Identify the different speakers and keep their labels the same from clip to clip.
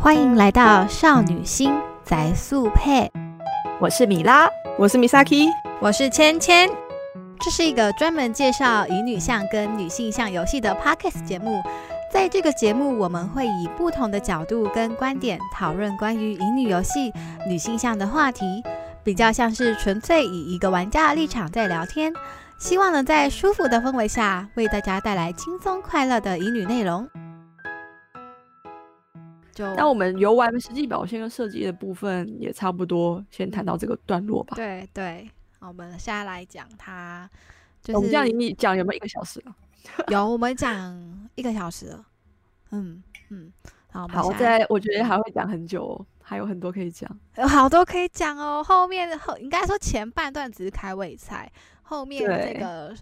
Speaker 1: 欢迎来到少女心宅速配，
Speaker 2: 我是米拉，
Speaker 3: 我是 Misaki，
Speaker 4: 我是芊芊。
Speaker 1: 这是一个专门介绍乙女向跟女性向游戏的 podcast 节目。在这个节目，我们会以不同的角度跟观点讨论关于乙女游戏、女性向的话题，比较像是纯粹以一个玩家的立场在聊天。希望能在舒服的氛围下，为大家带来轻松快乐的乙女内容。就
Speaker 3: 那我们游玩实际表现跟设计的部分也差不多，先谈到这个段落吧。
Speaker 1: 对对，好我们现在来讲它，就是
Speaker 3: 哦我们这样你讲有没有一个小时啊？
Speaker 1: 有，我们讲一个小时了。嗯嗯，好，我们
Speaker 3: 好，
Speaker 1: 现在
Speaker 3: 在我觉得还会讲很久、哦，还有很多可以讲。
Speaker 1: 有好多可以讲哦。后面后应该说前半段只是开胃菜，后面
Speaker 3: 对
Speaker 1: 这个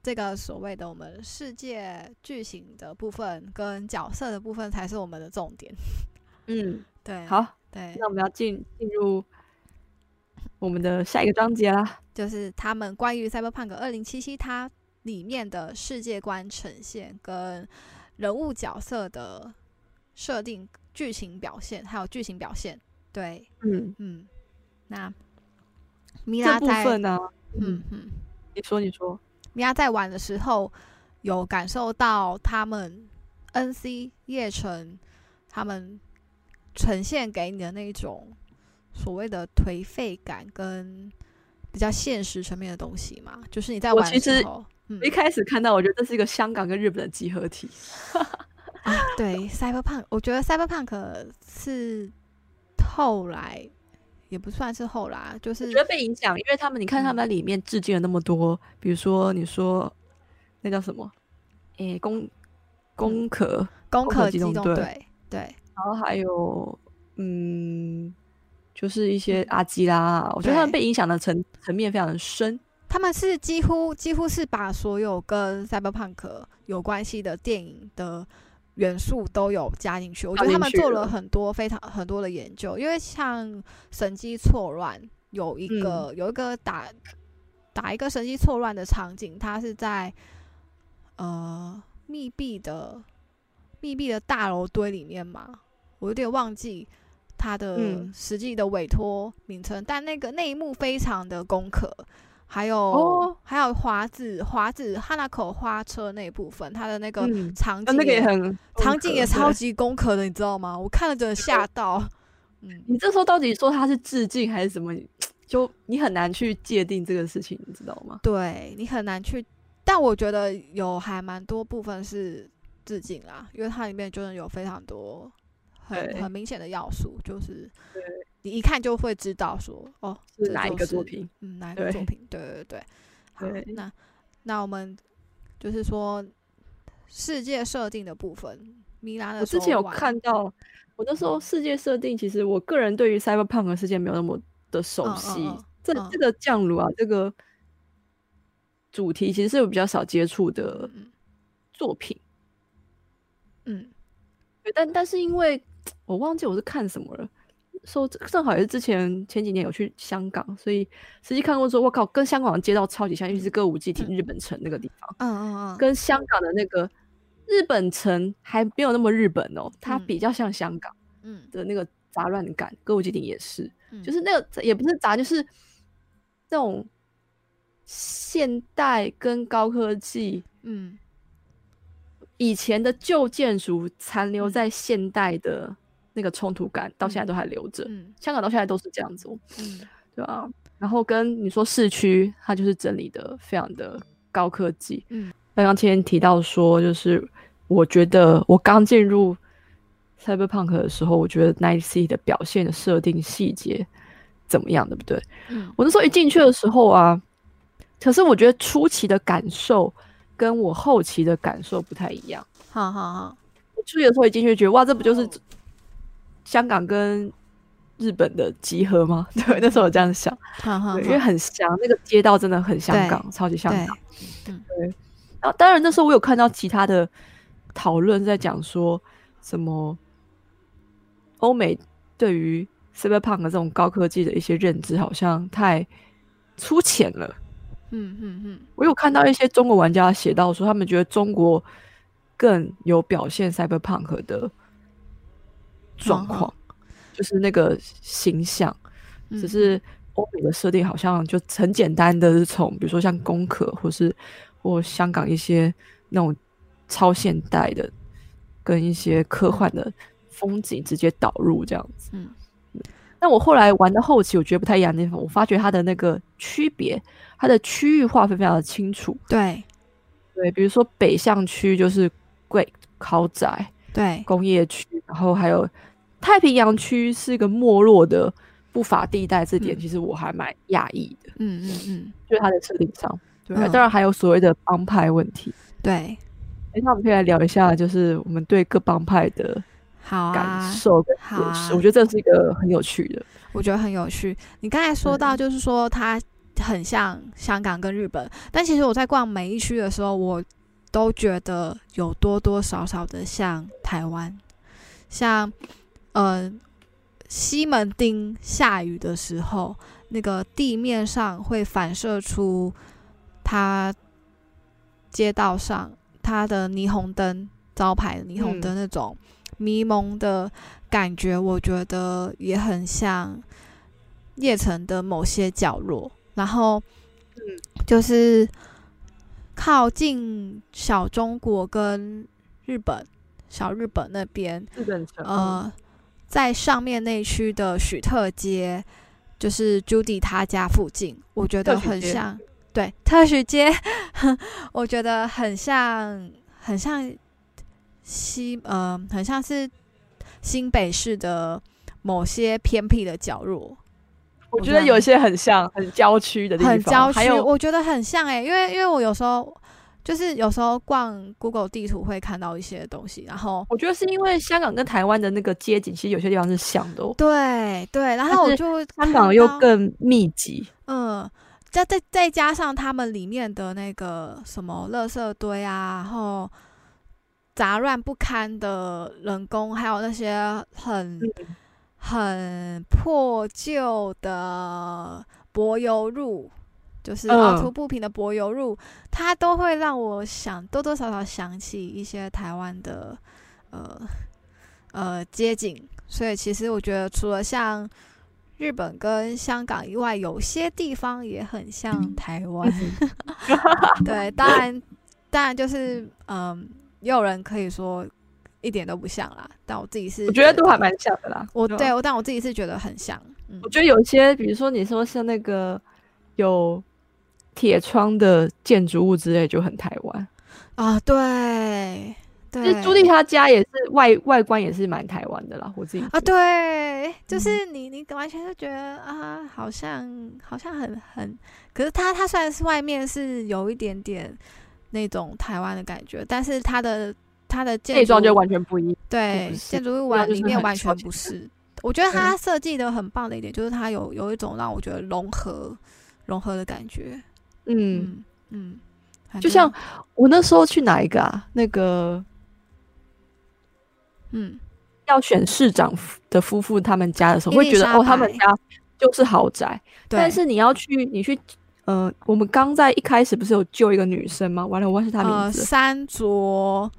Speaker 1: 这个所谓的我们世界剧情的部分跟角色的部分才是我们的重点。
Speaker 3: 嗯，
Speaker 1: 对，，
Speaker 3: 好，
Speaker 1: 对，
Speaker 3: 那我们要进进入我们的下一个章节啦。
Speaker 1: 就是他们关于《Cyberpunk 二零七七》它里面的世界观呈现跟人物角色的设定、剧情表现，还有剧情表现。对，
Speaker 3: 嗯，
Speaker 1: 嗯，那米
Speaker 3: 这
Speaker 1: 拉
Speaker 3: 部
Speaker 1: 在
Speaker 3: 分呢、
Speaker 1: 嗯嗯，
Speaker 3: 你说，你说，
Speaker 1: 米拉在玩的时候有感受到他们 NC 叶城他们呈现给你的那一种所谓的颓废感跟比较现实层面的东西嘛，就是你在
Speaker 3: 我
Speaker 1: 玩的
Speaker 3: 其
Speaker 1: 时
Speaker 3: 实
Speaker 1: 候，嗯
Speaker 3: 我一，开始看到，我觉得这是一个香港跟日本的集合体。
Speaker 1: 啊，对，Cyberpunk，我觉得 Cyberpunk 是后来也不算是后来啊，就
Speaker 3: 我
Speaker 1: 是
Speaker 3: 觉得被影响，因为他们，你看他们在里面致敬了那么多，比如说你说那叫什么，诶、攻攻壳，
Speaker 1: 攻
Speaker 3: 攻壳
Speaker 1: 壳
Speaker 3: 机
Speaker 1: 机
Speaker 3: 动
Speaker 1: 动
Speaker 3: 队
Speaker 1: 队，对，
Speaker 3: 然后还有嗯，就是一些阿基拉，啊我觉得他们
Speaker 1: 对
Speaker 3: 被影响的层层面非常的深。
Speaker 1: 他们是几乎几乎是把所有跟 cyberpunk 有关系的电影的元素都有加进去。我觉得他们
Speaker 3: 加进去
Speaker 1: 做
Speaker 3: 了
Speaker 1: 了很多非常很多的研究，因为像《神机错乱》有一
Speaker 3: 嗯
Speaker 1: 个、有一个打打一个神机错乱的场景，它是在呃密闭的密闭的大楼堆里面嘛，我有点忘记。它的
Speaker 3: 嗯
Speaker 1: 实际的委托名称，但那个那一幕非常的攻壳，还有、
Speaker 3: 哦
Speaker 1: 还有华子华子哈娜口花车那一部分，它的那个
Speaker 3: 嗯，
Speaker 1: 场
Speaker 3: 那
Speaker 1: 景
Speaker 3: 那个
Speaker 1: 也、
Speaker 3: 也很
Speaker 1: 场景也超
Speaker 3: 级。
Speaker 1: 级攻壳的，你知道吗？我看了 真的吓到。嗯，
Speaker 3: 你这时候到底说他是致敬还是什么？就你很难去界定这个事情，你知道吗？
Speaker 1: 对你很难去，但我觉得有还蛮多部分是致敬啦，因为它里面真的有非常多很
Speaker 3: 对
Speaker 1: 很明显的要素，就是你一看就会知道说哦
Speaker 3: 是
Speaker 1: 这
Speaker 3: 哪一
Speaker 1: 就
Speaker 3: 个作
Speaker 1: 是
Speaker 3: 品？
Speaker 1: 嗯，哪一个
Speaker 3: 对
Speaker 1: 作品？对对对，好，
Speaker 3: 对
Speaker 1: 那那我们就是说世界设定的部分，米拉的
Speaker 3: 我之前有看到，我那时候世界设定，其实我个人对于 Cyberpunk 的世界没有那么的熟
Speaker 1: 嗯嗯
Speaker 3: 悉。
Speaker 1: 嗯
Speaker 3: 这
Speaker 1: 嗯
Speaker 3: 这个降炉啊，这个主题其实是我比较少接触的
Speaker 1: 嗯嗯
Speaker 3: 作品。
Speaker 1: 嗯
Speaker 3: 对，但但是因为我忘记我是看什么了，说正好也是之前前几年有去香港，所以实际看过之后，我靠，跟香港的街道超级像，尤其是歌舞伎町、日本城那个地方，
Speaker 1: 嗯嗯嗯，
Speaker 3: 跟香港的那个日本城还没有那么日本哦，它
Speaker 1: 嗯
Speaker 3: 比较像香港
Speaker 1: 嗯
Speaker 3: 的那个杂乱感。歌舞伎町也是，
Speaker 1: 嗯
Speaker 3: 就是那个也不是杂，就是那种现代跟高科技。
Speaker 1: 嗯
Speaker 3: 以前的旧建筑残留
Speaker 1: 嗯
Speaker 3: 在现代的那个冲突感，到现
Speaker 1: 嗯
Speaker 3: 在都还留着。
Speaker 1: 嗯
Speaker 3: 香港到现在都是这样子、哦，
Speaker 1: 嗯
Speaker 3: 对啊。然后跟你说市区，它就是整理的非常的高科技。
Speaker 1: 嗯，
Speaker 3: 刚刚天提到说，就是我觉得我刚进入 Cyberpunk 的时候，我觉得 Night City 的表现的设定细节怎么样，对不对？
Speaker 1: 嗯
Speaker 3: 我那时候一进去的时候啊，可是我觉得初期的感受跟我后期的感受不太一样。
Speaker 1: 好好好，
Speaker 3: 我初学的时候一进去，觉得哇，这不就是香港跟日本的集合吗？ 对，那时候我这样想，
Speaker 1: 好好，
Speaker 3: 对，因为很像，那个街道真的很香
Speaker 1: 嗯对
Speaker 3: 港，超级香
Speaker 1: 对
Speaker 3: 港。然后当然那时候我有看到其他的讨论在讲说什么欧美对于 cyberpunk 这种高科技的一些认知好像太粗浅了。
Speaker 1: 嗯嗯嗯
Speaker 3: 我有看到一些中国玩家写到说，他们觉得中国更有表现 cyberpunk 的状
Speaker 1: 嗯哼
Speaker 3: 况，就是那个形象。
Speaker 1: 嗯
Speaker 3: 只是欧美的设定好像就很简单的，是从比如说像工科，或是或香港一些那种超现代的，跟一些科幻的风景直接导入这样子。
Speaker 1: 嗯，
Speaker 3: 但我后来玩到后期，我觉得不太一样的地方，我发觉它的那个区别，它的区域划分非常的清楚。
Speaker 1: 对
Speaker 3: 对，比如说北向区就是贵豪宅，
Speaker 1: 对，
Speaker 3: 工业区，然后还有太平洋区是一个没落的不法地带，这点
Speaker 1: 嗯
Speaker 3: 其实我还蛮讶异的，
Speaker 1: 嗯嗯嗯，
Speaker 3: 就是它的设定上。对啊，
Speaker 1: 嗯
Speaker 3: 当然还有所谓的帮派问题。
Speaker 1: 对，
Speaker 3: 哎，那我们可以来聊一下，就是我们对各帮派的
Speaker 1: 好
Speaker 3: 感
Speaker 1: 啊，
Speaker 3: 受跟解
Speaker 1: 好啊
Speaker 3: 释。我觉得这是一个很有趣的。
Speaker 1: 我觉得很有趣。你刚才说到，就是说它很像香港跟日本，但其实我在逛每一区的时候，我都觉得有多多少少的像台湾，像呃西门町下雨的时候，那个地面上会反射出它街道上它的霓虹灯招牌的霓虹
Speaker 3: 嗯
Speaker 1: 灯那种迷蒙的感觉，我觉得也很像夜城的某些角落。然后，就是靠近小中国跟日本、小日本那边，
Speaker 3: 日本城，
Speaker 1: 呃，在上面那区的许特街，就是 Judy 他家附近，我觉得
Speaker 3: 特许
Speaker 1: 很
Speaker 3: 街
Speaker 1: 像， 对，特许街， 我觉得很像，很像西，呃，很像是新北市的某些偏僻的角落，
Speaker 3: 我
Speaker 1: 我
Speaker 3: 觉
Speaker 1: 觉
Speaker 3: 得
Speaker 1: 得
Speaker 3: 有些很像很郊区的地方，
Speaker 1: 很郊
Speaker 3: 还
Speaker 1: 区，
Speaker 3: 有
Speaker 1: 我觉得很像哎、因为因为我有时候就是有时候逛 Google 地图会看到一些东西，然 后
Speaker 3: 我觉得是因为香港跟台湾的那个街景，其实有些地方是像的、哦，
Speaker 1: 对对，然后我
Speaker 3: 是
Speaker 1: 就会
Speaker 3: 香
Speaker 1: 看
Speaker 3: 港又
Speaker 1: 到
Speaker 3: 更密集。
Speaker 1: 嗯，再再再加上他们里面的那个什么垃圾堆啊，然后杂乱不堪的人工，还有那些很、很破旧的柏油路，就是
Speaker 3: 嗯
Speaker 1: 凹凸不平的柏油路，它都会让我想多多少少想起一些台湾的呃呃街景，所以其实我觉得除了像日本跟香港以外，有些地方也很
Speaker 3: 嗯
Speaker 1: 像台 湾。对，当然当然就是嗯，也有人可以说一点都不像啦，但我自己是
Speaker 3: 我觉得都还蛮像的啦。
Speaker 1: 我
Speaker 3: 吧
Speaker 1: 对我，但我自己是觉得很像，嗯
Speaker 3: 我，觉得有一些，比如说你说像那个有铁窗的建筑物之类，就很台湾。
Speaker 1: 啊，对
Speaker 3: 就
Speaker 1: 对，啊
Speaker 3: 是朱棣他家也是外外观也是蛮台湾的啦，我自己
Speaker 1: 啊，
Speaker 3: 觉得，
Speaker 1: 对，
Speaker 3: 嗯
Speaker 1: 就是你，你完全就觉得啊，好像好像很很，可是它它虽然是外面是有一点点那种台湾的感觉，但是它的它的建
Speaker 3: 内装就
Speaker 1: 筑嗯
Speaker 3: 完全不一样。
Speaker 1: 对
Speaker 3: 不是
Speaker 1: 建筑物
Speaker 3: 内装
Speaker 1: 完
Speaker 3: 就
Speaker 1: 里
Speaker 3: 是
Speaker 1: 面
Speaker 3: 很
Speaker 1: 完
Speaker 3: 超
Speaker 1: 全
Speaker 3: 级
Speaker 1: 不
Speaker 3: 市
Speaker 1: 是，我觉得
Speaker 3: 对啊
Speaker 1: 它设计的很棒的一点就是它有有一种让我觉得融合融合的感觉，
Speaker 3: 嗯，
Speaker 1: 嗯嗯，反
Speaker 3: 就
Speaker 1: 正
Speaker 3: 像我那时候去哪一个啊？那个
Speaker 1: 嗯
Speaker 3: 要选市长夫的夫妇他们家的时候，会
Speaker 1: 伊丽
Speaker 3: 觉得
Speaker 1: 莎
Speaker 3: 哦，他们
Speaker 1: 白
Speaker 3: 家就是豪宅。
Speaker 1: 对，
Speaker 3: 但是你要去，你去，呃，我们刚在一开始不是有救一个女生吗？完了，我忘记她名
Speaker 1: 呃
Speaker 3: 字了，
Speaker 1: 山卓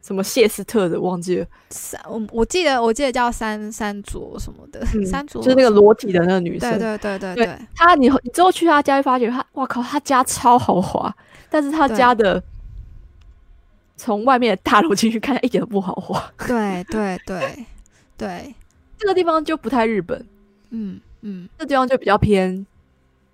Speaker 3: 什么谢斯特的，忘记了。
Speaker 1: 山，我我记得我记得叫山山卓什么的，
Speaker 3: 嗯
Speaker 1: 山卓
Speaker 3: 就是那个
Speaker 1: 什么
Speaker 3: 裸体的那个女生。
Speaker 1: 对对对对
Speaker 3: 对
Speaker 1: 对，
Speaker 3: 她你你之后去她家会发觉她，哇靠，她家超豪华，但是她
Speaker 1: 对
Speaker 3: 家的从外面的大楼进去看，一点都不豪华。
Speaker 1: 对对对对，
Speaker 3: 这个地方就不太日本，
Speaker 1: 嗯嗯
Speaker 3: 这地方就比较偏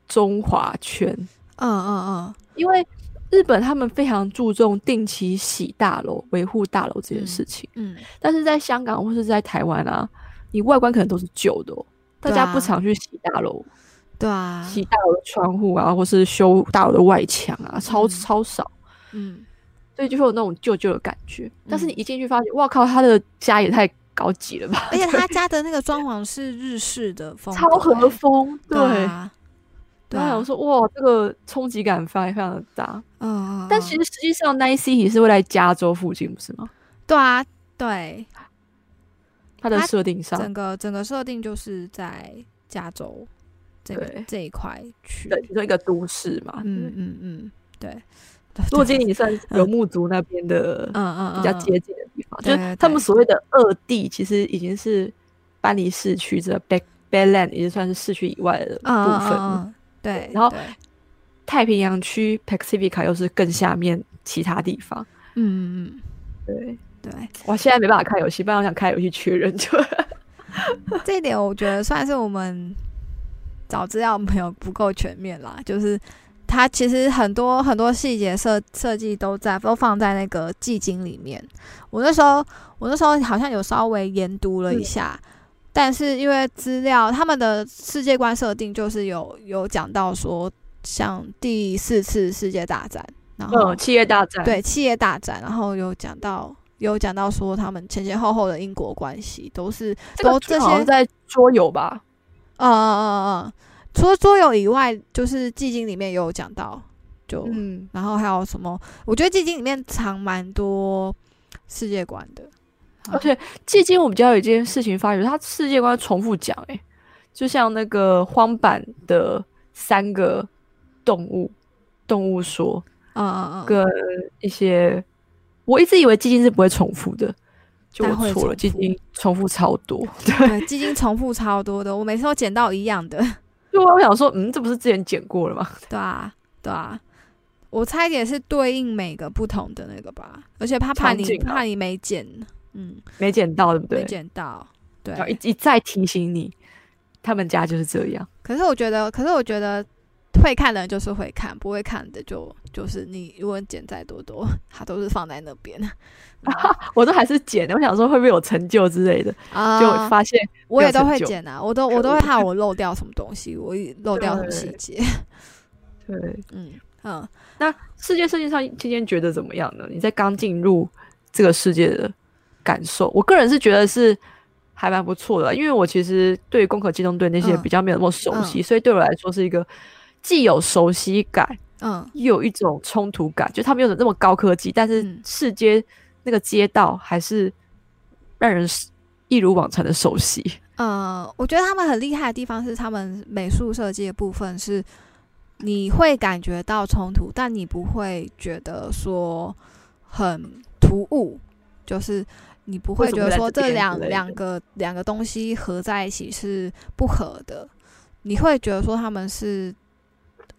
Speaker 3: 中华圈，
Speaker 1: 嗯嗯
Speaker 3: 因为日本他们非常注重定期洗大楼、维护大楼这件
Speaker 1: 嗯
Speaker 3: 事情。
Speaker 1: 嗯嗯，
Speaker 3: 但是在香港或是在台湾啊，你外观可能都是旧的、哦，大
Speaker 1: 对
Speaker 3: 家不
Speaker 1: 啊
Speaker 3: 常去洗大楼、
Speaker 1: 对啊，
Speaker 3: 洗大楼的窗户啊，或是修大楼的外墙啊，超、
Speaker 1: 嗯
Speaker 3: 超少，
Speaker 1: 嗯
Speaker 3: 所以就会有那种旧旧的感觉。但是你
Speaker 1: 嗯
Speaker 3: 一进去发现，哇靠，他的家也太高级了吧！
Speaker 1: 而且他家的那个装潢是日式的风格
Speaker 3: 超和
Speaker 1: 欸，
Speaker 3: 风，对。
Speaker 1: 啊对
Speaker 3: 然后
Speaker 1: 啊
Speaker 3: 我，说哇，这个冲击感非常非常的大。
Speaker 1: 嗯，嗯
Speaker 3: 但
Speaker 1: 嗯
Speaker 3: 其实实际上，那一 city 是会在加州附近，不是吗？
Speaker 1: 对啊，对，
Speaker 3: 它的
Speaker 1: 它
Speaker 3: 设定上，
Speaker 1: 整个整个设定就是在加州这个
Speaker 3: 对
Speaker 1: 这一块区，嗯
Speaker 3: 对，其中一个都市嘛，
Speaker 1: 嗯嗯嗯，对，
Speaker 3: 如果今天你算是游牧族那边的
Speaker 1: 嗯嗯，
Speaker 3: 比较
Speaker 1: 嗯
Speaker 3: 接近的地方，
Speaker 1: 对
Speaker 3: 就是他们
Speaker 1: 对
Speaker 3: 所谓的二地，其实已经是搬离市区这 back backland，已经算是市区以外的部分
Speaker 1: 嗯嗯嗯
Speaker 3: 了。
Speaker 1: 嗯对，
Speaker 3: 然后
Speaker 1: 对
Speaker 3: 太平洋区 Pacifica 又是更下面其他地方。
Speaker 1: 嗯嗯
Speaker 3: 对，
Speaker 1: 嗯，对。
Speaker 3: 我现在没办法开游戏，不然我想开游戏缺人就。
Speaker 1: 这一点我觉得算是我们找资料没有不够全面啦，就是它其实很多很多细节设设计都在都放在那个季经里面。我那时候我那时候好像有稍微研读了一下，但是因为资料他们的世界观设定就是有有讲到说，像第四次世界大战，然 后、
Speaker 3: 嗯，企业大战。
Speaker 1: 对企业大战，然后有讲到。有讲到说他们前前后后的因果关系都是
Speaker 3: 这个
Speaker 1: 都这
Speaker 3: 好像
Speaker 1: 些
Speaker 3: 在桌游吧？
Speaker 1: 嗯嗯嗯嗯，除了桌游以外，就是寂静里面也有讲到，就、
Speaker 3: 嗯，
Speaker 1: 然后还有什么？我觉得寂静里面藏蛮多世界观的，
Speaker 3: 而且最近我比较有一件事情发觉，它世界观重复讲，哎，就像那个荒坂的三个动物动物说
Speaker 1: 嗯嗯嗯，
Speaker 3: 跟一些，我一直以为寂静是不会重复的，就
Speaker 1: 但会
Speaker 3: 我错了，
Speaker 1: 重
Speaker 3: 寂
Speaker 1: 复
Speaker 3: 静重复超多。
Speaker 1: 对，寂静重复超多的，我每次都捡到一样的，
Speaker 3: 就我想说，嗯，这不是之前剪过了吗？
Speaker 1: 对啊，对啊。我猜也是对应每个不同的那个吧，而且怕怕
Speaker 3: 场
Speaker 1: 你
Speaker 3: 景啊
Speaker 1: 怕你没捡，嗯，
Speaker 3: 没剪到，对不
Speaker 1: 没
Speaker 3: 对？
Speaker 1: 捡到，对
Speaker 3: 然，后一一再提醒你，他们家就是这样。
Speaker 1: 可是我觉得，可是我觉得会看的人就是会看，不会看的就就是你，如果你剪再多多，它都是放在那 边嗯
Speaker 3: 我都还是剪的，我想说会不会有成就之类的，
Speaker 1: 啊
Speaker 3: 就发现
Speaker 1: 我也
Speaker 3: 没
Speaker 1: 都
Speaker 3: 有成
Speaker 1: 会
Speaker 3: 就
Speaker 1: 剪啊，我都我都会怕我漏掉什么东西，我一漏掉什么细
Speaker 3: 对
Speaker 1: 节，
Speaker 3: 对。
Speaker 1: 嗯嗯，
Speaker 3: 那世界设计上今天觉得怎么样呢？你在刚进入这个世界的感受，我个人是觉得是还蛮不错的啦，因为我其实对于攻壳机动队那些
Speaker 1: 嗯
Speaker 3: 比较没有那么熟悉，所以对我来说是一个既有熟悉感，
Speaker 1: 嗯
Speaker 3: 又有一种冲突感，就他们有那么高科技，但是
Speaker 1: 嗯
Speaker 3: 世界那个街道还是让人是一如往常的熟悉。
Speaker 1: 呃，我觉得他们很厉害的地方是，他们美术设计的部分是你会感觉到冲突，但你不会觉得说很突兀，就是你不会
Speaker 3: 为什
Speaker 1: 觉得
Speaker 3: 么来
Speaker 1: 说
Speaker 3: 这
Speaker 1: 这
Speaker 3: 边
Speaker 1: 两
Speaker 3: 之类的
Speaker 1: 两个两个东西合在一起是不合的，你会觉得说他们是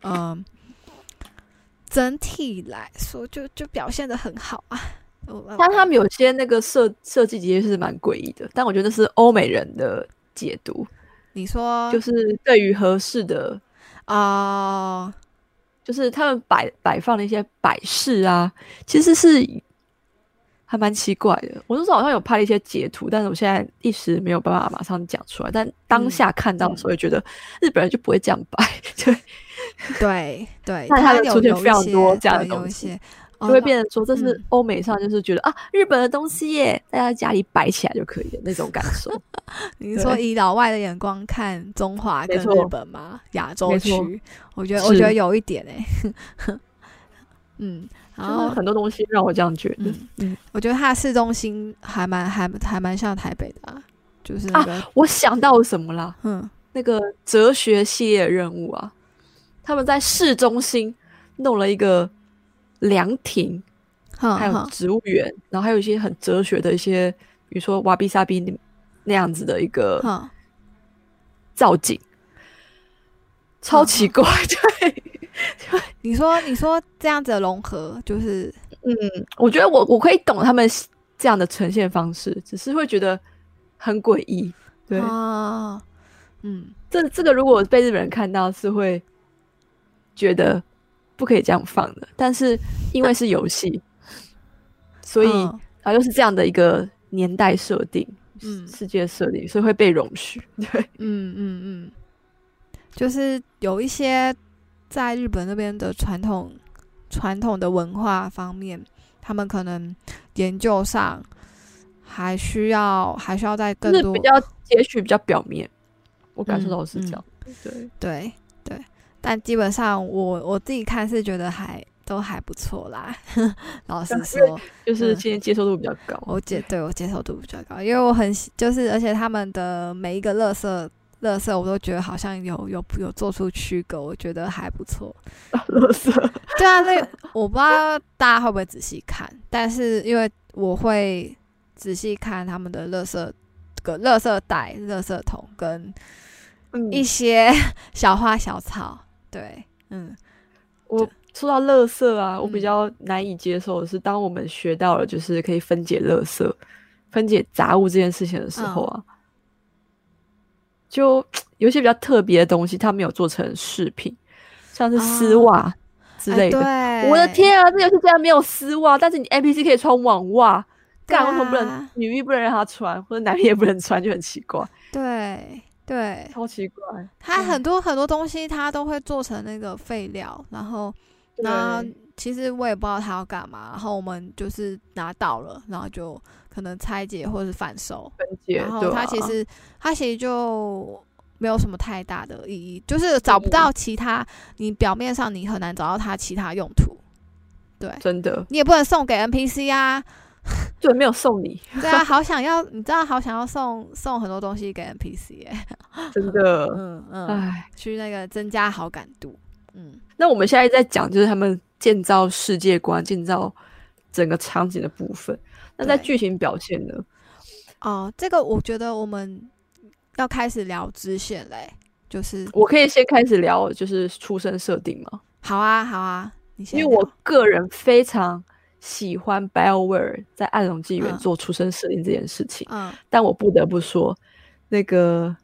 Speaker 1: 嗯、呃整体来说就就表现的很好啊。 我
Speaker 3: 但他们有些那个设设计其实是蛮诡异的，但我觉得是欧美人的解读，
Speaker 1: 你说
Speaker 3: 就是对于合适的，
Speaker 1: 哦、
Speaker 3: 就是他们摆摆放的一些摆饰啊，其实是还蛮奇怪的。我那时候好像有拍了一些截图，但是我现在一时没有办法马上讲出来。但当下看到的时候，就觉得日本人就不会这样摆，对。
Speaker 1: 对对，
Speaker 3: 但
Speaker 1: 它
Speaker 3: 它会
Speaker 1: 有
Speaker 3: 出现
Speaker 1: 有一
Speaker 3: 非常
Speaker 1: 些
Speaker 3: 多这样
Speaker 1: 对
Speaker 3: 的
Speaker 1: 有
Speaker 3: 东
Speaker 1: 一
Speaker 3: 西
Speaker 1: 些
Speaker 3: 就
Speaker 1: 哦
Speaker 3: 会
Speaker 1: 那
Speaker 3: 变成说这是
Speaker 1: 嗯
Speaker 3: 欧美上就是觉得、啊日本的东西耶，大家家里摆起来就可以的那种感 受。
Speaker 1: 哦你是说
Speaker 3: 对
Speaker 1: 以老外的眼光看中华
Speaker 3: 没
Speaker 1: 跟日
Speaker 3: 错
Speaker 1: 本吗？亚洲
Speaker 3: 没错
Speaker 1: 区，我觉得我觉
Speaker 3: 是
Speaker 1: 得有一点哎、 嗯，然
Speaker 3: 就是
Speaker 1: 后
Speaker 3: 很多东西让我这样觉得。
Speaker 1: 嗯
Speaker 3: 嗯
Speaker 1: 我觉得它的市中心还蛮还还蛮像台北的、啊，就是那
Speaker 3: 啊
Speaker 1: 个、
Speaker 3: 我想到什么啦？
Speaker 1: 嗯
Speaker 3: 那个哲学系列任务啊，他们在市中心弄了一个凉亭，
Speaker 1: 哼
Speaker 3: 还有
Speaker 1: 嗯哼
Speaker 3: 植物园，然后还有一些很哲学的一些，比如说瓦比萨比那样子的一个
Speaker 1: 哼，
Speaker 3: 造景，
Speaker 1: 嗯
Speaker 3: 超奇怪。对，
Speaker 1: 你说你说这样子的融合就是
Speaker 3: 嗯，我觉得我我可以懂他们这样的呈现方式，只是会觉得很诡异。对，
Speaker 1: 啊嗯
Speaker 3: 这这个如果被日本人看到，是会觉得不可以这样放的。但是因为是游戏，所以
Speaker 1: 嗯
Speaker 3: 啊又是这样的一个年代设定，
Speaker 1: 嗯
Speaker 3: 世界设定，所以会被容许。对，
Speaker 1: 嗯嗯嗯，就是有一些在日本那边的传统传统的文化方面，他们可能研究上还需要还需要再
Speaker 3: 就
Speaker 1: 更
Speaker 3: 是
Speaker 1: 多
Speaker 3: 比较也许比较表面，我感受
Speaker 1: 嗯
Speaker 3: 到是这
Speaker 1: 嗯
Speaker 3: 样。对，
Speaker 1: 对对，但基本上我我自己看是觉得还都还不错啦。 老实
Speaker 3: 对因为
Speaker 1: 说，
Speaker 3: 就是
Speaker 1: 嗯
Speaker 3: 今天接受度比较高。
Speaker 1: 我接对我接受度比较高，因为我很喜就是而且他们的每一个乐色垃圾，我都觉得好像有有有做出区隔，我觉得还不错。
Speaker 3: 乐色，
Speaker 1: 对啊，那个我不知道大家会不会仔细看，但是因为我会仔细看他们的垃圾个垃圾袋、垃圾桶跟
Speaker 3: 嗯，
Speaker 1: 一些 小花小草。对，嗯，
Speaker 3: 我说到乐色啊，我比
Speaker 1: 嗯
Speaker 3: 较难以接受的是，当我们学到了就是可以分解乐色、分解杂物这件事情的时候啊，
Speaker 1: 嗯
Speaker 3: 就有一些比较特别的东西，它没有做成饰品，像是丝
Speaker 1: 哦
Speaker 3: 袜之
Speaker 1: 哎
Speaker 3: 类的。
Speaker 1: 对，
Speaker 3: 我的，天啊，这游戏竟然没有丝袜，但是你 NPC 可以穿网袜，
Speaker 1: 对
Speaker 3: 干为什么不能
Speaker 1: 啊
Speaker 3: 女一不能让她穿，或者男一也不能穿，就很奇 怪，
Speaker 1: 对对，
Speaker 3: 超奇怪。
Speaker 1: 它
Speaker 3: 嗯
Speaker 1: 很多很多东西它都会做成那个废料，然后那
Speaker 3: 对
Speaker 1: 其实我也不知道它要干嘛，然后我们就是拿到了，然后就可能拆解或是反手，
Speaker 3: 分解，
Speaker 1: 然后
Speaker 3: 对
Speaker 1: 它
Speaker 3: 啊
Speaker 1: 其实它其实就没有什么太大的意义，就是找不到其他，你表面上你很难找到它其他用途，对
Speaker 3: 真的
Speaker 1: 你也不能送给 NPC 啊，
Speaker 3: 对没有 送你，
Speaker 1: 对 啊，好想要，你知道好想要送送很多东西给 NPC，、欸、
Speaker 3: 真的，
Speaker 1: 嗯嗯，
Speaker 3: 唉。
Speaker 1: 去那个增加好感度，嗯。
Speaker 3: 那我们现在在讲就是他们建造世界观、建造整个场景的部分。那在
Speaker 1: 对
Speaker 3: 剧情表现呢？
Speaker 1: 哦，这个我觉得我们要开始聊支线嘞，就是
Speaker 3: 我可以先开始聊就是出生设定吗？
Speaker 1: 好啊，好啊，你先
Speaker 3: 因为
Speaker 1: 聊，
Speaker 3: 我个人非常喜欢 BioWare 在《暗龙纪元
Speaker 1: 嗯》
Speaker 3: 做出生设定这件事情，
Speaker 1: 嗯，
Speaker 3: 但我不得不说，那个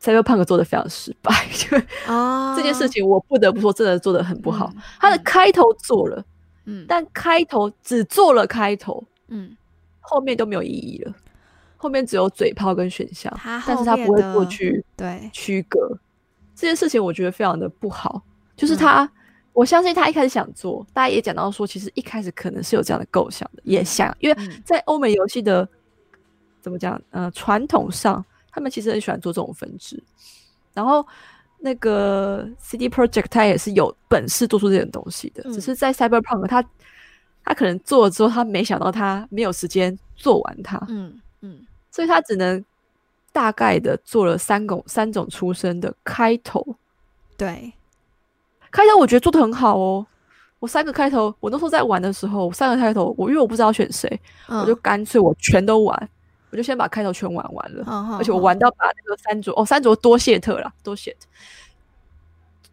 Speaker 3: Cyberpunk 做的非常失败。 就是
Speaker 1: 哦，
Speaker 3: 这件事情，我不得不说，真的做的很不好。
Speaker 1: 嗯
Speaker 3: 它的开头做了，
Speaker 1: 嗯
Speaker 3: 但开头只做了开头，
Speaker 1: 嗯，
Speaker 3: 后面都没有意义了。后面只有嘴炮跟选项，
Speaker 1: 他
Speaker 3: 但
Speaker 1: 后
Speaker 3: 是他
Speaker 1: 面
Speaker 3: 不会
Speaker 1: 的
Speaker 3: 过去
Speaker 1: 对，
Speaker 3: 区隔这件事情，我觉得非常的不好。就是
Speaker 1: 嗯
Speaker 3: 他，我相信他一开始想做，大家也讲到说，其实一开始可能是有这样的构想的，也想，因为
Speaker 1: 嗯
Speaker 3: 在欧美游戏的怎么讲，呃，传统上，他们其实很喜欢做这种分支。然后那个 CD Project 它也是有本事做出这种东西的，
Speaker 1: 嗯
Speaker 3: 只是在 Cyberpunk 它它可能做了之后，他没想到他没有时间做完它，
Speaker 1: 嗯嗯
Speaker 3: 所以他只能大概的做了三种三种出生的开头。
Speaker 1: 对，
Speaker 3: 开头我觉得做的很好哦，我三个开头，我那时候在玩的时候，三个开头我因为我不知道选谁，
Speaker 1: 我
Speaker 3: 我就干脆我全都玩，我就先把开头全玩完了，而
Speaker 1: 而
Speaker 3: 且我玩到把那个三卓哦三卓多谢特啦，多谢特。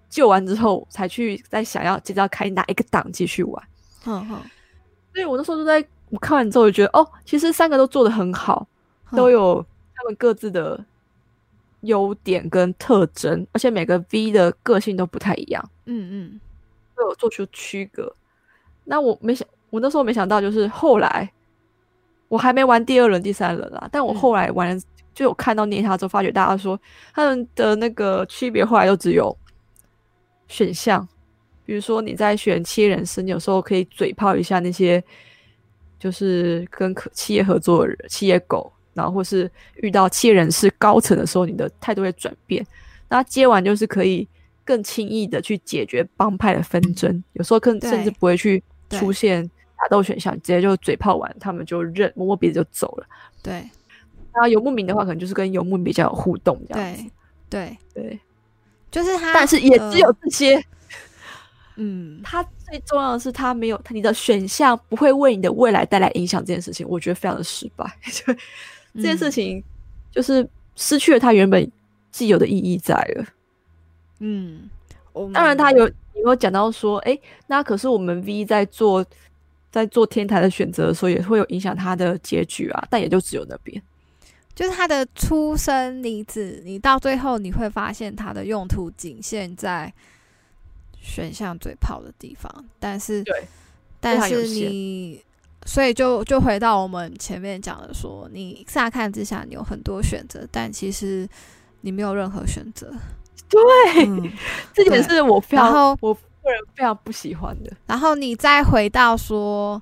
Speaker 3: 救完之后才去再想要接着要开哪一个档继续玩，
Speaker 1: 嗯嗯
Speaker 3: 所以我那时候就在我看完之后就觉得哦，其实三个都做的很好，都
Speaker 1: 有
Speaker 3: 有他们各自的优点跟特征，而且每个 V 的个性都不太一样，
Speaker 1: 嗯嗯
Speaker 3: 都有做出区隔。那我没想，我那时候没想到，就是后来我还没玩第二轮、第三轮啦，但我
Speaker 1: 嗯
Speaker 3: 后来玩了就有看到捏他之后，发觉大家说他们的那个区别，后来都只有选项。比如说你在选企业人士，你有时候可以嘴炮一下那些就是跟客企业合作的人、企业狗，然后或是遇到企业人士高层的时候，你的态度会转变。那接完就是可以更轻易的去解决帮派的纷争，有时候更
Speaker 1: 对
Speaker 3: 甚至不会去
Speaker 1: 对
Speaker 3: 出现打斗选项，直接就嘴炮完，他们就认摸摸鼻子就走了。
Speaker 1: 对
Speaker 3: 然后游牧民的话，可能就是跟游牧民比较有互动这样子。
Speaker 1: 对对，
Speaker 3: 对，
Speaker 1: 就是他，
Speaker 3: 但是也只有
Speaker 1: 呃
Speaker 3: 这些。
Speaker 1: 嗯
Speaker 3: 它最重要的是，它没有它你的选项不会为你的未来带来影响。这件事情，我觉得非常的失败。 就这件事
Speaker 1: 嗯
Speaker 3: 情，就是失去了它原本既有的意义在了。
Speaker 1: 嗯，我
Speaker 3: 当然，
Speaker 1: 们
Speaker 3: 他有有没有讲到说，诶，那可是我们 V 在做在做天台的选择的时候，也会有影响他的结局啊，但也就只有那边。
Speaker 1: 就是它的出生离子，你到最后你会发现它的用途仅限在选项嘴炮的地方，但是
Speaker 3: 对，
Speaker 1: 但
Speaker 3: 非常有
Speaker 1: 是
Speaker 3: 限
Speaker 1: 你，所以就就回到我们前面讲的说，你乍看之下你有很多选择，但其实你没有任何选择。
Speaker 3: 对，
Speaker 1: 嗯
Speaker 3: 这点
Speaker 1: 对
Speaker 3: 是我非
Speaker 1: 然
Speaker 3: 常
Speaker 1: 后
Speaker 3: 我个人非常不喜欢的。
Speaker 1: 然后你再回到说，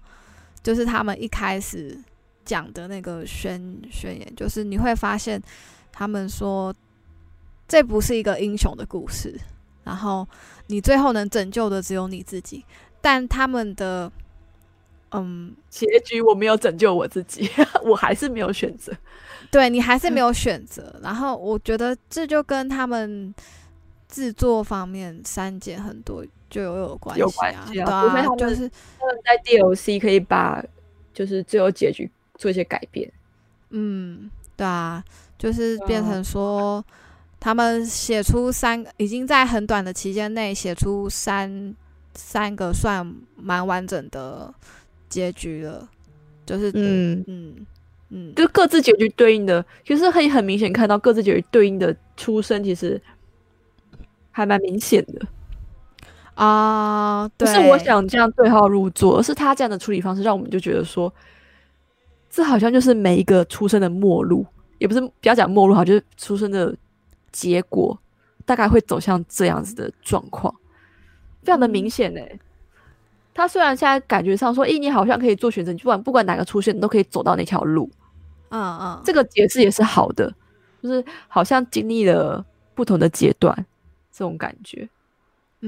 Speaker 1: 就是他们一开始讲的那个宣宣言，就是你会发现他们说这不是一个英雄的故事，然后你最后能拯救的只有你自己，但他们的嗯，
Speaker 3: 结局我没有拯救我自己， 我还是没有选择。
Speaker 1: 对你还是没有选择。然后我觉得这就跟他们制作方面删减很多就有有关系、啊，
Speaker 3: 有关系啊除非
Speaker 1: 对
Speaker 3: 他
Speaker 1: 啊，
Speaker 3: 们
Speaker 1: 就是
Speaker 5: 他们在 DLC 可以把就是最后结局做一些改变。
Speaker 1: 嗯，对啊，就是
Speaker 5: 对
Speaker 1: 变
Speaker 5: 啊
Speaker 1: 成说，他们写出三，已经在很短的期间内写出三三个算蛮完整的结局了，就是
Speaker 3: 嗯，
Speaker 1: 嗯嗯
Speaker 3: 就各自结局对应的，就是可以很明显看到各自结局对应的出身，其实还蛮明显的。
Speaker 1: 啊，
Speaker 3: 不
Speaker 1: 对，
Speaker 3: 是我想这样对号入座，而是他这样的处理方式让我们就觉得说，这好像就是每一个出生的末路，也不是不要讲末路哈，就是出生的结果大概会走向这样子的状况，非常的明显呢、他虽然现在感觉上说，诶、你好像可以做选择，你不管不管哪个出现，你都可以走到那条路，
Speaker 1: 嗯嗯，
Speaker 3: 这个解释也是好的，就是好像经历了不同的阶段，这种感觉。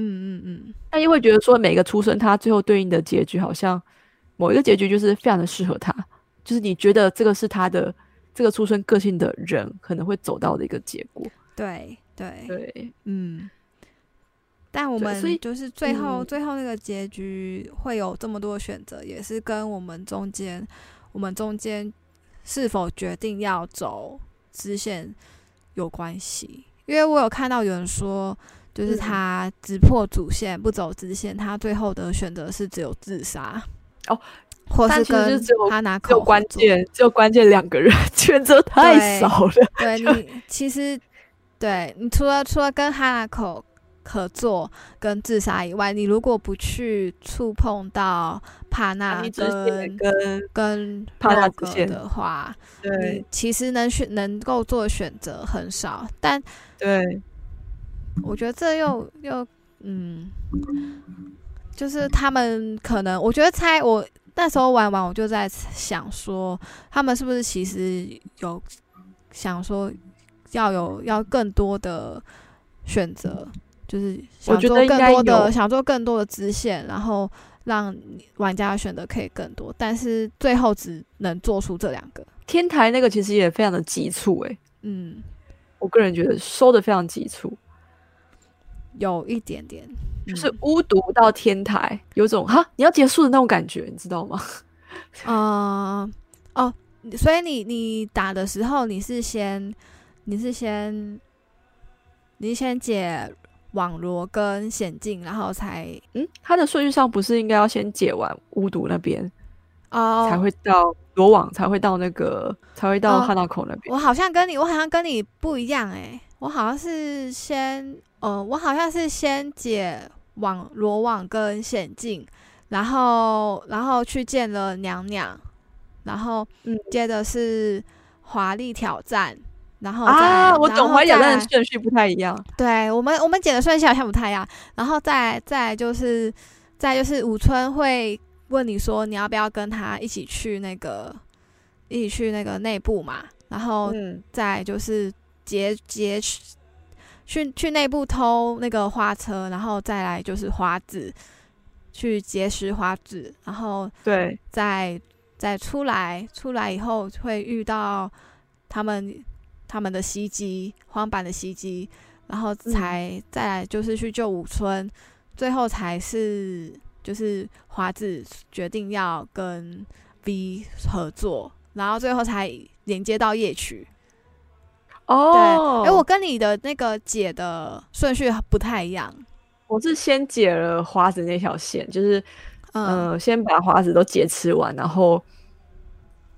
Speaker 1: 嗯嗯嗯，
Speaker 3: 但又会觉得说每个出生他最后对应的结局好像某一个结局就是非常的适合他，就是你觉得这个是他的这个出生个性的人可能会走到的一个结果。
Speaker 1: 对对，
Speaker 3: 对，
Speaker 1: 嗯。但我
Speaker 3: 对
Speaker 1: 们
Speaker 3: 所以
Speaker 1: 就是最后
Speaker 3: 嗯
Speaker 1: 最后那个结局会有这么多选择，也是跟我们中间我们中间是否决定要走支线有关系。因为我有看到有人说，就是
Speaker 3: 嗯
Speaker 1: 他直破主线不走支线，他最后的选择是只有自杀
Speaker 3: 哦，
Speaker 1: 或
Speaker 3: 但
Speaker 1: 是
Speaker 3: 其实
Speaker 1: 跟
Speaker 3: 就只有
Speaker 1: 他拿
Speaker 3: 只有
Speaker 1: 口
Speaker 3: 关
Speaker 1: 合作
Speaker 3: 键，只有关键两个人， 选择太
Speaker 1: 对
Speaker 3: 少了。
Speaker 1: 对你其实，对你除了除了跟哈拉口合作跟自杀以外，你如果不去触碰到帕纳
Speaker 3: 你只是
Speaker 1: 跟
Speaker 3: 跟
Speaker 1: 跟
Speaker 3: 帕纳
Speaker 1: 洛
Speaker 3: 之
Speaker 1: 格
Speaker 3: 间
Speaker 1: 的话，
Speaker 3: 对
Speaker 1: 你其实能选能够做的选择很少。但
Speaker 3: 对
Speaker 1: 我觉得这又又嗯，就是他们可能，我觉得猜我那时候玩完，我就在想说，他们是不是其实有想说要有要更多的选择，就是
Speaker 3: 我
Speaker 1: 想
Speaker 3: 觉
Speaker 1: 做
Speaker 3: 得应
Speaker 1: 更
Speaker 3: 该
Speaker 1: 多的
Speaker 3: 有
Speaker 1: 想做更多的支线，然后让你玩家的选择可以更多，但是最后只能做出这两个。
Speaker 3: 天台那个其实也非常的急促诶、
Speaker 1: 嗯，
Speaker 3: 我个人觉得收的非常急促，
Speaker 1: 有一点点，嗯
Speaker 3: 就是巫毒到天台，有种哈你要结束的那种感觉，你知道吗？
Speaker 1: 嗯，哦，所以你你打的时候，你是先你是先你是先解网罗跟险境，然后才
Speaker 3: 嗯，它的顺序上不是应该要先解完巫毒那边，
Speaker 1: 哦，
Speaker 3: 才会到罗网，才会到那个，才会到
Speaker 1: 哦
Speaker 3: 汉娜口那边。
Speaker 1: 我好像跟你，我好像跟你不一样哎、我好像是先，呃，我好像是先解网罗网跟险境，然后然后去见了娘娘，然后
Speaker 3: 嗯
Speaker 1: 接着是华丽挑战，然后再
Speaker 3: 啊，我
Speaker 1: 哦然
Speaker 3: 懂，
Speaker 1: 后
Speaker 3: 怀雅
Speaker 1: 再
Speaker 3: 但顺序不太一样。
Speaker 1: 对我们我们解的顺序好像不太一样，然后再再就是再就是武村会问你说你要不要跟他一起去那个一起去那个内部嘛，然后
Speaker 3: 嗯，
Speaker 1: 再就是劫劫去去去内部偷那个花车，然后再来就是花子去劫食花子，然后
Speaker 3: 对，
Speaker 1: 再再出来，出来以后会遇到他们他们的袭击，荒坂的袭击，然后才、再来就是去救武村，最后才是就是华子决定要跟 V 合作，然后最后才连接到夜曲。
Speaker 3: 哦，
Speaker 1: 对，哎，我跟你的那个解的顺序不太一样。
Speaker 3: 我是先解了华子那条线，就是
Speaker 1: 嗯，
Speaker 3: 呃，先把华子都劫持完，然后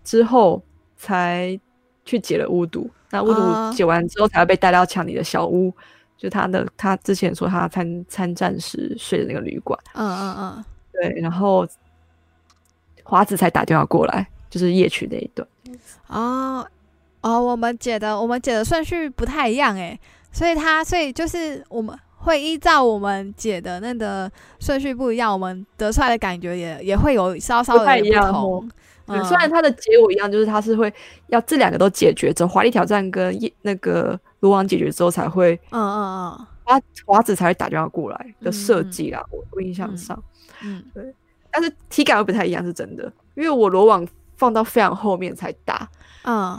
Speaker 3: 之后才去解了巫毒。那巫
Speaker 1: 啊
Speaker 3: 毒解完之后，才会被带到强尼的小屋，就他的他之前说他参参战时睡的那个旅馆。
Speaker 1: 嗯嗯嗯，
Speaker 3: 对，然后华子才打电话过来，就是夜曲那一段。
Speaker 1: 哦哦，我们解的我们解的顺序不太一样诶，所以它所以就是我们会依照我们解的那个顺序不一样，我们得出来的感觉也也会有稍稍
Speaker 3: 不太
Speaker 1: 有
Speaker 3: 一
Speaker 1: 点不
Speaker 3: 样哦
Speaker 1: 同。嗯
Speaker 3: 对，嗯虽然它的结果一样，就是它是会要这两个都解决之后，华丽挑战跟夜那个罗网解决之后，才会
Speaker 1: 嗯嗯嗯
Speaker 3: 华华子才会打电话过来的设啊
Speaker 1: 嗯嗯
Speaker 3: 计啦。我我印象
Speaker 1: 嗯
Speaker 3: 上，
Speaker 1: 嗯，
Speaker 3: 但是体感又不太一样，是真的，因为我罗网放到非常后面才打，
Speaker 1: 嗯，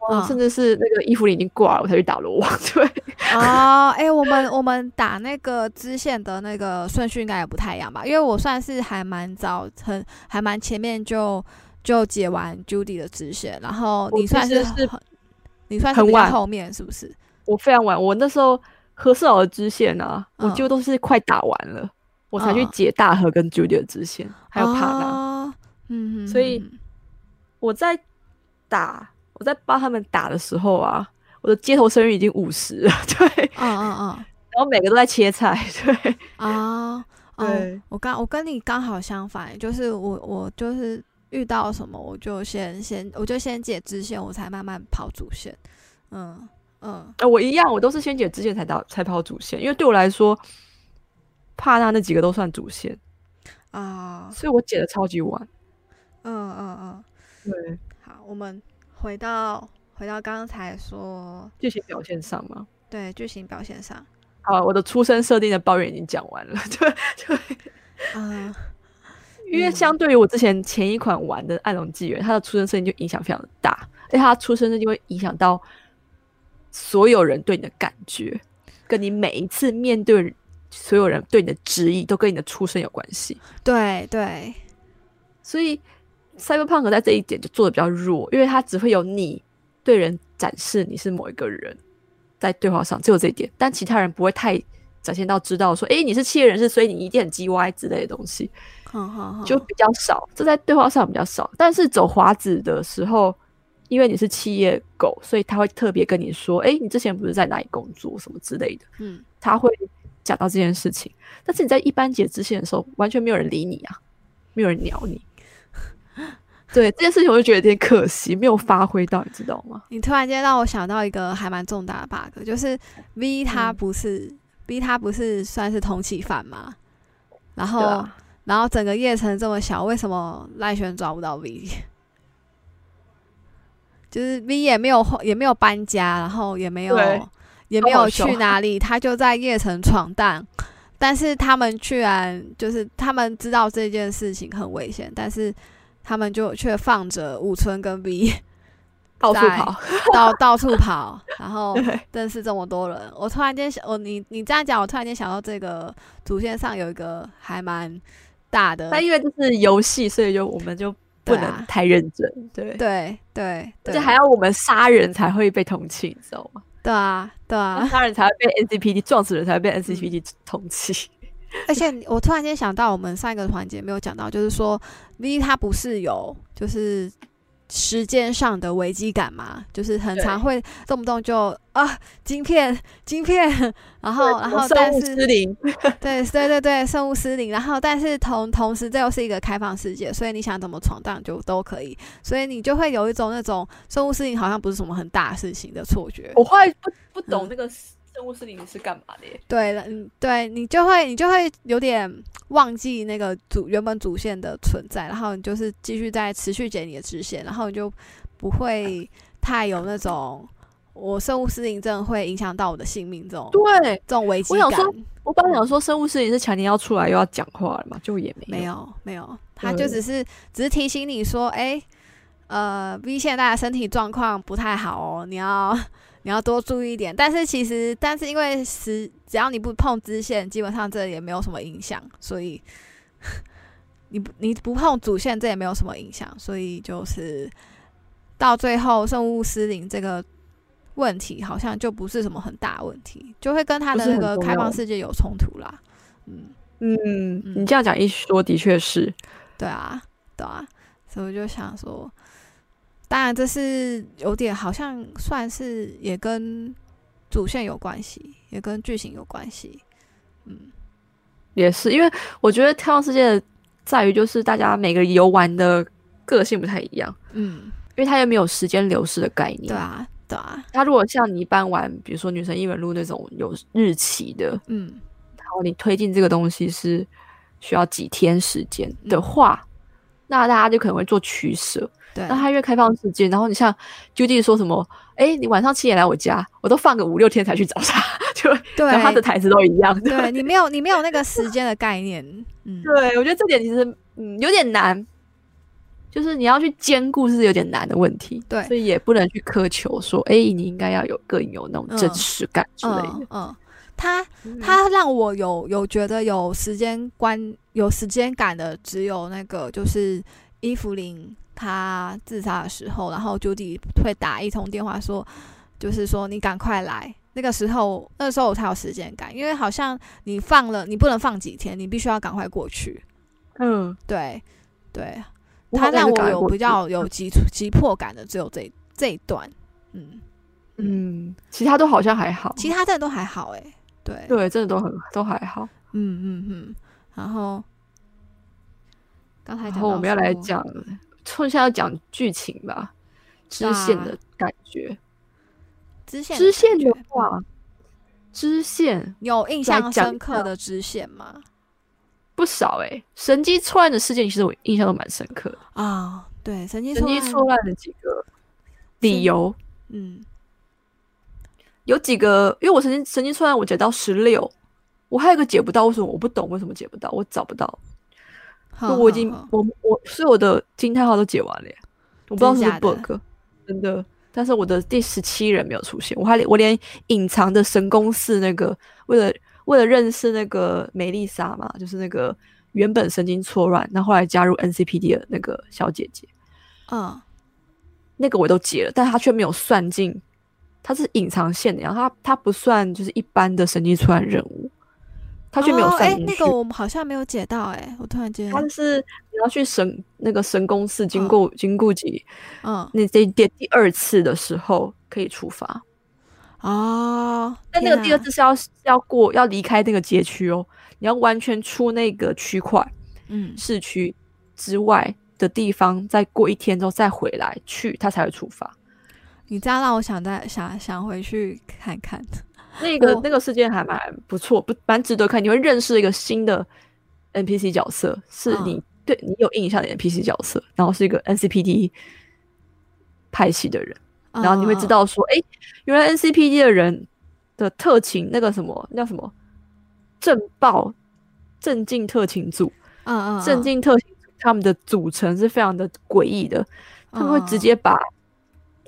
Speaker 3: 哦，
Speaker 1: 嗯
Speaker 3: 甚至是那个衣服里已经挂了，我才去打罗网。 对，
Speaker 1: 哦，哎、我们我们打那个支线的那个顺序应该也不太一样吧？因为我算是还蛮早，很还蛮前面就就解完 Judy 的支线，然后
Speaker 3: 我
Speaker 1: 你算
Speaker 3: 其实
Speaker 1: 是
Speaker 3: 是
Speaker 1: 很你算是
Speaker 3: 很
Speaker 1: 比较
Speaker 3: 晚
Speaker 1: 后面是不是？
Speaker 3: 我非常晚，我那时候和四老的支线啊，我
Speaker 1: 嗯
Speaker 3: 几乎都是快打完了，我才去
Speaker 1: 嗯
Speaker 3: 解大河跟 Judy 的支线，还有帕娜。
Speaker 1: 哦嗯，
Speaker 3: 所以
Speaker 1: 嗯嗯
Speaker 3: 我在打，我在帮他们打的时候啊，我的街头生育已经五十了， 对，
Speaker 1: 嗯嗯嗯。
Speaker 3: 然后每个都在切菜， 对，
Speaker 1: 啊，哦
Speaker 3: 对，
Speaker 1: 我刚我跟你刚好相反，就是我我就是遇到什么我就先先我就先解支线，我才慢慢跑主线。嗯嗯
Speaker 3: 呃，我一样，我都是先解支线才打才跑主线，因为对我来说，帕纳那几个都算主线，
Speaker 1: 啊，
Speaker 3: 所以我解的超级晚，
Speaker 1: 嗯嗯嗯，
Speaker 3: 对，
Speaker 1: 好，我们回到回到刚才说
Speaker 3: 剧情表现上嘛。
Speaker 1: 对剧情表现上，
Speaker 3: 好，我的出生设定的抱怨已经讲完了， 对对，
Speaker 1: 嗯
Speaker 3: 因为
Speaker 1: 嗯
Speaker 3: 相对于我之前前一款玩的《暗龙纪元》，它的出生设定就影响非常的大，而且它的出生设定会影响到所有人对你的感觉，跟你每一次面对所有人对你的质疑，都跟你的出生有关系。
Speaker 1: 对对，
Speaker 3: 所以 Cyberpunk 在这一点就做的比较弱，因为它只会有你对人展示你是某一个人，在对话上只有这一点，但其他人不会太展现到知道说，诶、你是企业人士，所以你一定很 G Y 之类的东西。
Speaker 1: 好好好，
Speaker 3: 就比较少，这在对话上比较少。但是走华子的时候，因为你是企业狗，所以他会特别跟你说：“哎、你之前不是在哪里工作什么之类的。
Speaker 1: 嗯”
Speaker 3: 他会讲到这件事情。但是你在一般解支线的时候，完全没有人理你啊， 没有人鸟你。啊对这件事情，我就觉得有点可惜，没有发挥到，你知道吗？
Speaker 1: 你突然间让我想到一个还蛮重大的 bug，就是 V 他
Speaker 3: 嗯
Speaker 1: 不是、V 他不是算是通缉犯吗？然后、
Speaker 3: 对啊，
Speaker 1: 然后整个叶城这么小，为什么赖轩抓不到 V？就是 V 也没有也没有搬家，然后也没有
Speaker 3: 对
Speaker 1: 也没
Speaker 3: 超
Speaker 1: 有
Speaker 3: 好笑
Speaker 1: 去哪里，他就在叶城闯荡。但是他们居然就是他们知道这件事情很危险，但是他们就却放着武村跟 V
Speaker 3: 到处
Speaker 1: 在
Speaker 3: 跑，
Speaker 1: 到到处跑，然 后
Speaker 3: 对
Speaker 1: 认识这么多人。我突然间想，我哦你你这样讲，我突然间想到这个主线上有一个还蛮大的，
Speaker 3: 但因为这是游戏，所以就我们就不
Speaker 1: 对啊
Speaker 3: 能太认真，对，
Speaker 1: 对对
Speaker 3: 而
Speaker 1: 对，
Speaker 3: 且还要我们杀人才会被同情，你知道吗？
Speaker 1: 对啊对啊，
Speaker 3: 杀人才会被 NCPD 撞死人才会被 NCPD 通缉。
Speaker 1: 而且我突然间想到，我们上一个环节没有讲到，就是说 V 它不是有就是时间上的危机感嘛，就是很
Speaker 3: 对
Speaker 1: 常会动不动就啊晶片 晶片，然
Speaker 3: 哦
Speaker 1: 后然后但是
Speaker 3: 失灵，
Speaker 1: 对对对对，生物失灵。然后，但是同同时这又是一个开放世界，所以你想怎么闯荡就都可以。所以你就会有一种那种生物失灵好像不是什么很大的事情的错觉。
Speaker 3: 我后来不不懂
Speaker 1: 嗯
Speaker 3: 那个生物失灵是干嘛的耶。
Speaker 1: 对了，嗯，对你就会你就会有点忘记那个主原本主线的存在，然后你就是继续在持续解你的支线，然后你就不会太有那种我生物失灵真的会影响到我的性命这种
Speaker 3: 对，
Speaker 1: 这种危机
Speaker 3: 我想
Speaker 1: 感。
Speaker 3: 说我本来想说生物失灵是强尼要出来又要讲话了嘛，就也嗯没
Speaker 1: 没
Speaker 3: 有。
Speaker 1: 有没有，他就
Speaker 3: 对
Speaker 1: 只是只是提醒你说，哎、呃，V 现在大家身体状况不太好哦，你要你要多注意一点。但是其实，但是因为时只要你不碰支线，基本上这也没有什么影响，所以你不你不碰主线，这也没有什么影响，所以就是到最后圣物失灵这个。问题好像就不是什么很大的问题，就会跟他
Speaker 3: 不
Speaker 1: 的
Speaker 3: 是
Speaker 1: 那
Speaker 3: 很
Speaker 1: 个
Speaker 3: 重
Speaker 1: 开
Speaker 3: 要
Speaker 1: 放世界有冲突啦。嗯，
Speaker 3: 嗯，
Speaker 1: 嗯
Speaker 3: 你这样讲一说，的确是。
Speaker 1: 对啊，对啊，所以我就想说，当然这是有点好像算是也跟主线有关系，也跟剧情有关系。嗯，
Speaker 3: 也是，因为我觉得开放世界的在于就是大家每个游玩的个性不太一样，
Speaker 1: 嗯，
Speaker 3: 因为它也没有时间流逝的概念。
Speaker 1: 对，啊，对啊，
Speaker 3: 它如果像你一般玩，比如说《女神异闻录》那种有日期的，
Speaker 1: 嗯
Speaker 3: 然后你推进这个东西是需要几天时间
Speaker 1: 嗯
Speaker 3: 的话，那大家就可能会做取舍。
Speaker 1: 对
Speaker 3: 那，它越开放世界，然后你像 Judy 说什么，哎，你晚上七点来我家，我都放个五六天才去找他， 就然后他的
Speaker 1: 对，
Speaker 3: 台词都一样。
Speaker 1: 对你没有你没有那个时间的概念，嗯，
Speaker 3: 对，我觉得这点其实嗯有点难，就是你要去兼顾是有点难的问题，
Speaker 1: 对
Speaker 3: 所以也不能去苛求说，哎、你应该要有更有那种真
Speaker 1: 嗯
Speaker 3: 实感之类的
Speaker 1: 嗯。嗯，他
Speaker 3: 嗯
Speaker 1: 他让我有有觉得有时间观有时间感的，只有那个就是伊芙琳她自杀的时候，然后 Judy 会打一通电话说，就是说你赶快来。那个时候，那时候我才有时间感，因为好像你放了，你不能放几天，你必须要赶快过去。
Speaker 3: 嗯，
Speaker 1: 对，对，
Speaker 3: 我
Speaker 1: 他
Speaker 3: 好像
Speaker 1: 让
Speaker 3: 是
Speaker 1: 我
Speaker 3: 赶
Speaker 1: 有
Speaker 3: 过
Speaker 1: 比
Speaker 3: 去
Speaker 1: 较有急促急迫感的，只有这一这一段。嗯，
Speaker 3: 嗯，其他都好像还好，
Speaker 1: 其他的都还好、欸，诶，对，
Speaker 3: 对，真的都很都还好。
Speaker 1: 嗯嗯嗯，然后刚才
Speaker 3: 然
Speaker 1: 讲
Speaker 3: 后我
Speaker 1: 到
Speaker 3: 们要来
Speaker 1: 什么，
Speaker 3: 讲，趁现在要讲剧情吧，支线
Speaker 1: 啊
Speaker 3: 的感觉。
Speaker 1: 支线
Speaker 3: 支
Speaker 1: 的
Speaker 3: 线
Speaker 1: 感
Speaker 3: 的
Speaker 1: 觉嗯
Speaker 3: 话，支线
Speaker 1: 有印
Speaker 3: 来
Speaker 1: 象
Speaker 3: 讲
Speaker 1: 深
Speaker 3: 一
Speaker 1: 刻
Speaker 3: 下
Speaker 1: 的支线吗？
Speaker 3: 不少哎、神机错案的事件其实我印象都蛮深刻的。
Speaker 1: 啊，对，神经
Speaker 3: 神
Speaker 1: 错
Speaker 3: 机
Speaker 1: 乱
Speaker 3: 错案的几个理由，
Speaker 1: 嗯
Speaker 3: 有几个，因为我神经神经错案我解到十六，我还有一个解不到，为什么我不懂为什么解不到，我找不到，
Speaker 1: 好，
Speaker 3: 我已
Speaker 1: 好
Speaker 3: 经
Speaker 1: 好
Speaker 3: 我我所有的惊叹号都解完了耶，我不知道是不
Speaker 1: 真
Speaker 3: 是
Speaker 1: 假的
Speaker 3: bug，真的。但是我的第十七人没有出现，我还连我连隐藏的神宫寺那个，为了为了认识那个梅丽莎嘛，就是那个原本神经错乱，那后来加入 NCPD 的那个小姐姐，
Speaker 1: 嗯
Speaker 3: 那个我都解了，但她却没有算进，她是隐藏线的，然后她她不算就是一般的神经错乱任务，她却没有
Speaker 1: 哦
Speaker 3: 算
Speaker 1: 哎
Speaker 3: 进去。
Speaker 1: 那个我们好像没有解到哎，我突然间
Speaker 3: 她就是你要去神那个神宫寺
Speaker 1: 嗯
Speaker 3: 经过、经过几
Speaker 1: 嗯
Speaker 3: 那这第第二次的时候可以出发，
Speaker 1: 哦，
Speaker 3: 但那
Speaker 1: 天
Speaker 3: 个第二
Speaker 1: 啊
Speaker 3: 次是要是要过要离开那个街区哦，你要完全出那个区块
Speaker 1: 嗯
Speaker 3: 市区之外的地方，再过一天之后再回来去，它才会出发。
Speaker 1: 你这样让我想再想想回去看看。
Speaker 3: 那个
Speaker 1: 我
Speaker 3: 那个事件还蛮不错，不蛮值得看，你会认识一个新的 NPC 角色，是
Speaker 1: 嗯
Speaker 3: 你、对你有印象的 NPC 角色，然后是一个 NCPD 派系的人。然后你
Speaker 1: 嗯
Speaker 3: 会知道说，哎、原来 NCPD 的人的特勤那个什么那叫什么政报镇静特勤组，
Speaker 1: 嗯，嗯嗯，
Speaker 3: 镇
Speaker 1: 嗯
Speaker 3: 静特勤组他们的组成是非常的诡异的，他们会直
Speaker 1: 嗯
Speaker 3: 接把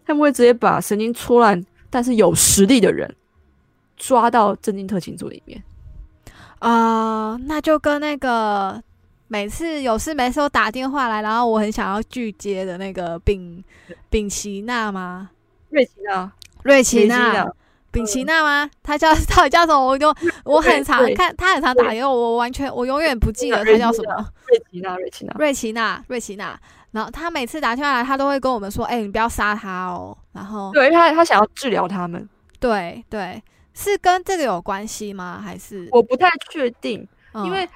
Speaker 3: 他们会直接把神经错乱但是有实力的人抓到镇静特勤组里面。
Speaker 1: 啊、那就跟那个每次有事没事都打电话来，然后我很想要拒接的那个丙丙奇娜吗？
Speaker 3: 瑞奇啊，
Speaker 1: 瑞奇
Speaker 3: 瑞奇
Speaker 1: 娜
Speaker 3: 啊，，
Speaker 1: 丙奇娜吗？她叫 到底叫什么？我就我很常
Speaker 3: 对
Speaker 1: 看，她很常打
Speaker 3: 对啊
Speaker 1: 给我，我完全我永远不记得
Speaker 3: 瑞
Speaker 1: 她
Speaker 3: 奇
Speaker 1: 叫什
Speaker 3: 娜
Speaker 1: 么。
Speaker 3: 瑞奇娜，瑞奇娜，
Speaker 1: 瑞奇娜，瑞奇娜。然后她每次打电话来，她都会跟我们说：“哎、你不要杀她哦。”然后
Speaker 3: 对，因为他他想要治疗他们，
Speaker 1: 对对，是跟这个有关系吗？还是
Speaker 3: 我不太确定，
Speaker 1: 嗯
Speaker 3: 因为